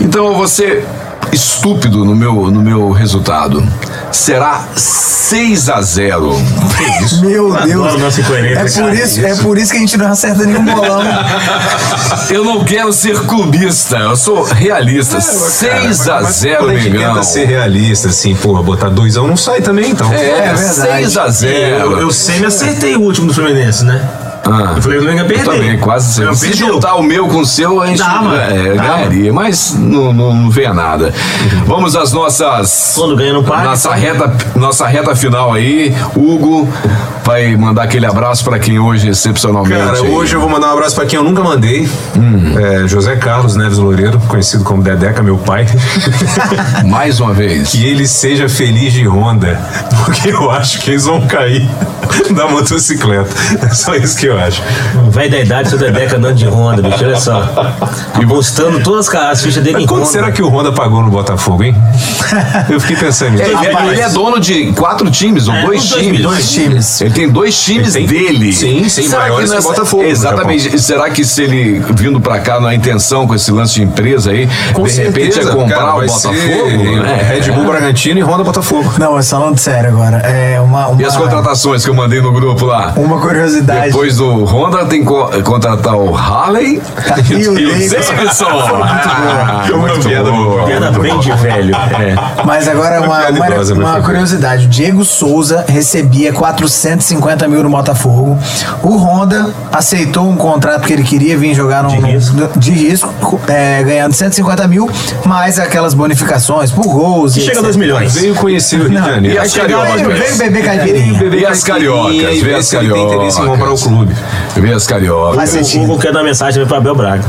Speaker 1: Então eu vou ser estúpido no meu, no meu resultado. Será 6 a 0 Que isso?
Speaker 4: Meu Deus.
Speaker 2: Adoro nossa incoerência,
Speaker 4: É por
Speaker 2: cara,
Speaker 4: isso, é por isso que a gente não acerta nenhum bolão.
Speaker 1: Eu não quero ser clubista, eu sou realista.
Speaker 3: Cara,
Speaker 1: 6 a
Speaker 3: mas- mas
Speaker 1: 0
Speaker 3: quando a gente
Speaker 1: Mengão.
Speaker 3: Tenta ser realista, assim, porra, botar doisão não sai também, então.
Speaker 1: É,
Speaker 4: verdade.
Speaker 1: 6 a 0
Speaker 2: Eu, eu sempre acertei o último do Fluminense, né?
Speaker 1: Ah.
Speaker 2: Eu falei que o Flamengo ia perder.
Speaker 1: Também, quase
Speaker 2: Eu
Speaker 1: sempre. Se
Speaker 2: perdeu.
Speaker 1: juntar o meu com o seu, a gente
Speaker 2: Dava,
Speaker 1: é,
Speaker 2: dava.
Speaker 1: ganharia, mas não, não, não vem a nada. Vamos às nossas.
Speaker 2: Quando ganha no parque.
Speaker 1: Nossa reta, nossa reta final aí. Hugo vai mandar aquele abraço pra quem hoje, excepcionalmente.
Speaker 3: Cara,
Speaker 1: aí-
Speaker 3: hoje eu vou mandar um abraço pra quem eu nunca mandei.
Speaker 1: Hum.
Speaker 3: É, José Carlos Neves Loureiro, conhecido como Dedeca,
Speaker 1: *laughs*
Speaker 3: meu pai.
Speaker 1: Mais uma vez.
Speaker 3: que ele seja feliz de Honda, porque eu acho que eles vão cair *laughs* da motocicleta. É só isso que eu acho.
Speaker 2: Vai Um da idade, seu Dedeca andando de Honda, bicho, olha só. Apostando todas as ca- as fichas dele
Speaker 3: Mas
Speaker 2: em
Speaker 3: quanto
Speaker 2: Honda.
Speaker 3: será que o Honda pagou no Botafogo, hein? Eu fiquei pensando nisso.
Speaker 1: Ele, é- ele é dono de quatro times, ou
Speaker 2: É,
Speaker 1: dois
Speaker 2: uns dois
Speaker 1: times.
Speaker 2: milhões de
Speaker 4: times.
Speaker 1: Ele tem dois times
Speaker 3: Ele tem-
Speaker 1: dele.
Speaker 3: Sim, sim,
Speaker 1: que é
Speaker 3: maiores que o Botafogo né, no
Speaker 1: Exatamente. Será que se ele vindo pra cá na intenção com esse lance de empresa aí, de repente é
Speaker 3: Certeza,
Speaker 1: comprar
Speaker 3: cara,
Speaker 1: o
Speaker 3: vai
Speaker 1: Botafogo?
Speaker 3: ser
Speaker 1: né?
Speaker 3: Red Bull Bragantino e Honda Botafogo.
Speaker 4: Não, mas falando sério agora. É uma, uma,
Speaker 1: E
Speaker 3: Ah.
Speaker 1: as contratações que eu mandei no grupo lá?
Speaker 4: uma curiosidade.
Speaker 1: Depois do Honda tem que co- contratar o Harley
Speaker 4: E Tá o Davidson.
Speaker 1: Davidson. Ah,
Speaker 3: Foi muito
Speaker 1: muito
Speaker 3: bom.
Speaker 1: bom.
Speaker 2: Piada bem de velho.
Speaker 4: Mas agora
Speaker 3: Uma
Speaker 4: uma,
Speaker 3: piada
Speaker 4: uma,
Speaker 3: idosa,
Speaker 4: uma
Speaker 3: meu filho.
Speaker 4: curiosidade. O Diego Souza recebia 450 mil no Botafogo. O Honda aceitou um contrato que ele queria vir jogar no, de
Speaker 2: risco.
Speaker 4: de risco é, ganhando 150 mil, mais aquelas bonificações por gols.
Speaker 2: Que
Speaker 4: e
Speaker 2: chega a
Speaker 4: etc.
Speaker 2: 2 milhões.
Speaker 3: Veio conhecer o Rio de
Speaker 1: E
Speaker 3: Janeiro.
Speaker 1: as
Speaker 4: Veio-
Speaker 1: cariocas?
Speaker 4: Veio beber caipirinha.
Speaker 1: E as cariocas?
Speaker 3: E
Speaker 1: Vê
Speaker 3: ver
Speaker 1: as
Speaker 3: se ele tem interesse em comprar o
Speaker 1: cariocas.
Speaker 3: clube.
Speaker 1: Vê as
Speaker 4: Faz
Speaker 1: cariocas.
Speaker 2: O
Speaker 4: sentido.
Speaker 2: Google quer dar mensagem para Abel Braga.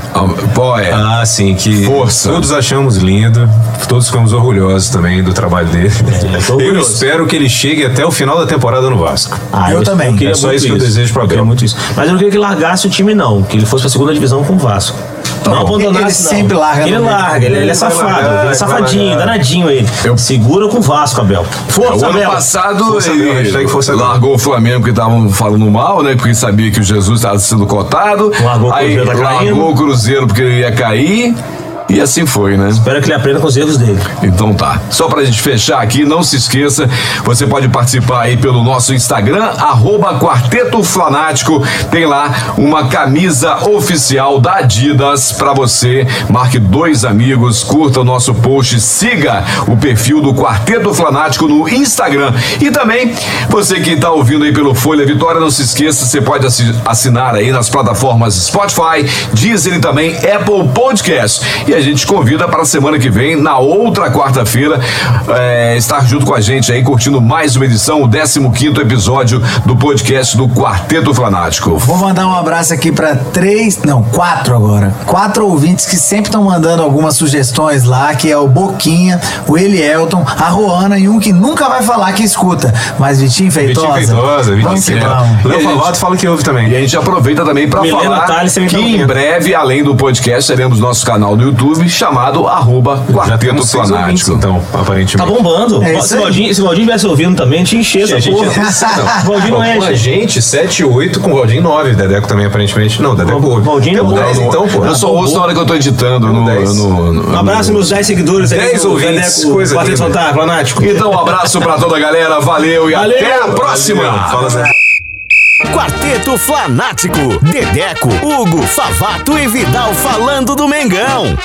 Speaker 1: Pô, é.
Speaker 3: Ah, sim, que
Speaker 1: Força.
Speaker 3: todos achamos lindo, todos ficamos orgulhosos também do trabalho dele.
Speaker 2: eu tô
Speaker 3: eu
Speaker 2: orgulhoso.
Speaker 3: espero que ele chegue até o final da temporada no Vasco.
Speaker 2: Ah,
Speaker 4: Eu também.
Speaker 2: queria
Speaker 3: É só
Speaker 2: muito
Speaker 3: isso que eu desejo pro Abel.
Speaker 2: queria muito isso. Mas eu não queria que ele largasse o time, não. Que ele fosse pra segunda divisão com o Vasco. não abandonasse,
Speaker 4: Tá Ele sempre
Speaker 2: não.
Speaker 4: larga
Speaker 2: Ele
Speaker 4: no meio.
Speaker 2: larga, ele, ele é
Speaker 3: Ele vai
Speaker 2: safado.
Speaker 3: largar,
Speaker 2: ele é
Speaker 3: ele
Speaker 2: safadinho,
Speaker 3: vai largar.
Speaker 2: danadinho ele.
Speaker 1: Eu-
Speaker 2: Segura com o Vasco, Abel.
Speaker 1: O
Speaker 2: Força,
Speaker 1: ano
Speaker 2: É Abel.
Speaker 1: passado
Speaker 3: Força, Abel.
Speaker 1: ele
Speaker 3: Hashtag Força, Abel.
Speaker 1: largou o Flamengo que estavam falando mal, né? Porque sabia que o Jesus estava sendo cotado.
Speaker 2: Largou o
Speaker 1: Aí
Speaker 2: Cruzeiro, tá caindo.
Speaker 1: largou o Cruzeiro porque ele ia cair. E assim foi, né?
Speaker 2: Espero que ele aprenda com os erros dele.
Speaker 1: Então tá. Só pra gente fechar aqui, não se esqueça, você pode participar aí pelo nosso Instagram, arroba Quarteto Flanático. Tem lá uma camisa oficial da Adidas pra você. Marque dois amigos, curta o nosso post, siga o perfil do Quarteto Flanático no Instagram. E também, você que tá ouvindo aí pelo Folha Vitória, não se esqueça, você pode assi- assinar aí nas plataformas Spotify, Deezer e também Apple Podcast. E a gente te convida para a semana que vem, na outra quarta-feira, é, estar junto com a gente aí, curtindo mais uma edição, o 15 episódio do podcast do Quarteto Fanático.
Speaker 4: Vou mandar um abraço aqui pra três, não, quatro agora. Quatro ouvintes que sempre estão mandando algumas sugestões lá, que é o Boquinha, o Elielton, a Roana e um que nunca vai falar que escuta, mas Vitinho Feitosa.
Speaker 3: Vitinho Feitosa, Vitinho
Speaker 4: Vamos que
Speaker 3: Feitosa.
Speaker 4: vamos.
Speaker 3: Léo
Speaker 1: E a gente-
Speaker 3: Favato fala que ouve também.
Speaker 1: E a gente aproveita também para
Speaker 2: Milena
Speaker 1: falar
Speaker 2: Tales, sem
Speaker 1: que em
Speaker 2: interromper.
Speaker 1: breve, além do podcast, teremos nosso canal no YouTube chamado arroba
Speaker 3: Já
Speaker 1: Quarteto
Speaker 3: temos seis ouvintes,
Speaker 1: Fanático.
Speaker 3: então, aparentemente.
Speaker 2: Tá bombando.
Speaker 4: É isso
Speaker 2: se,
Speaker 4: aí.
Speaker 2: o Valdinho, se o Valdinho estivesse ouvindo também, tinha encher
Speaker 3: A
Speaker 2: essa
Speaker 3: gente
Speaker 2: porra.
Speaker 3: já disse, não.
Speaker 2: O *laughs* Valdinho não é
Speaker 3: Com a
Speaker 2: enche.
Speaker 3: gente, 7 e 8, com o Valdinho 9. Dedeco também, aparentemente. Não, Dedeco
Speaker 2: O
Speaker 3: 8.
Speaker 2: Valdinho é não
Speaker 3: dez,
Speaker 2: ouve.
Speaker 3: então, pô.
Speaker 1: Eu só ouço na hora que eu tô editando no.
Speaker 3: Dez.
Speaker 1: no- no-
Speaker 2: Um abraço, meus 10 seguidores. aí,
Speaker 3: 10
Speaker 2: do
Speaker 3: ouvintes,
Speaker 2: Dedeco,
Speaker 3: coisa
Speaker 2: Quarteto
Speaker 3: linda.
Speaker 2: Fantástico, Fanático.
Speaker 1: Então, um abraço pra toda a galera, valeu e
Speaker 2: Valeu!
Speaker 1: até a próxima!
Speaker 3: Fala, Zé.
Speaker 5: Quarteto Flanático, Dedeco, Hugo, Favato e Vidal falando do Mengão.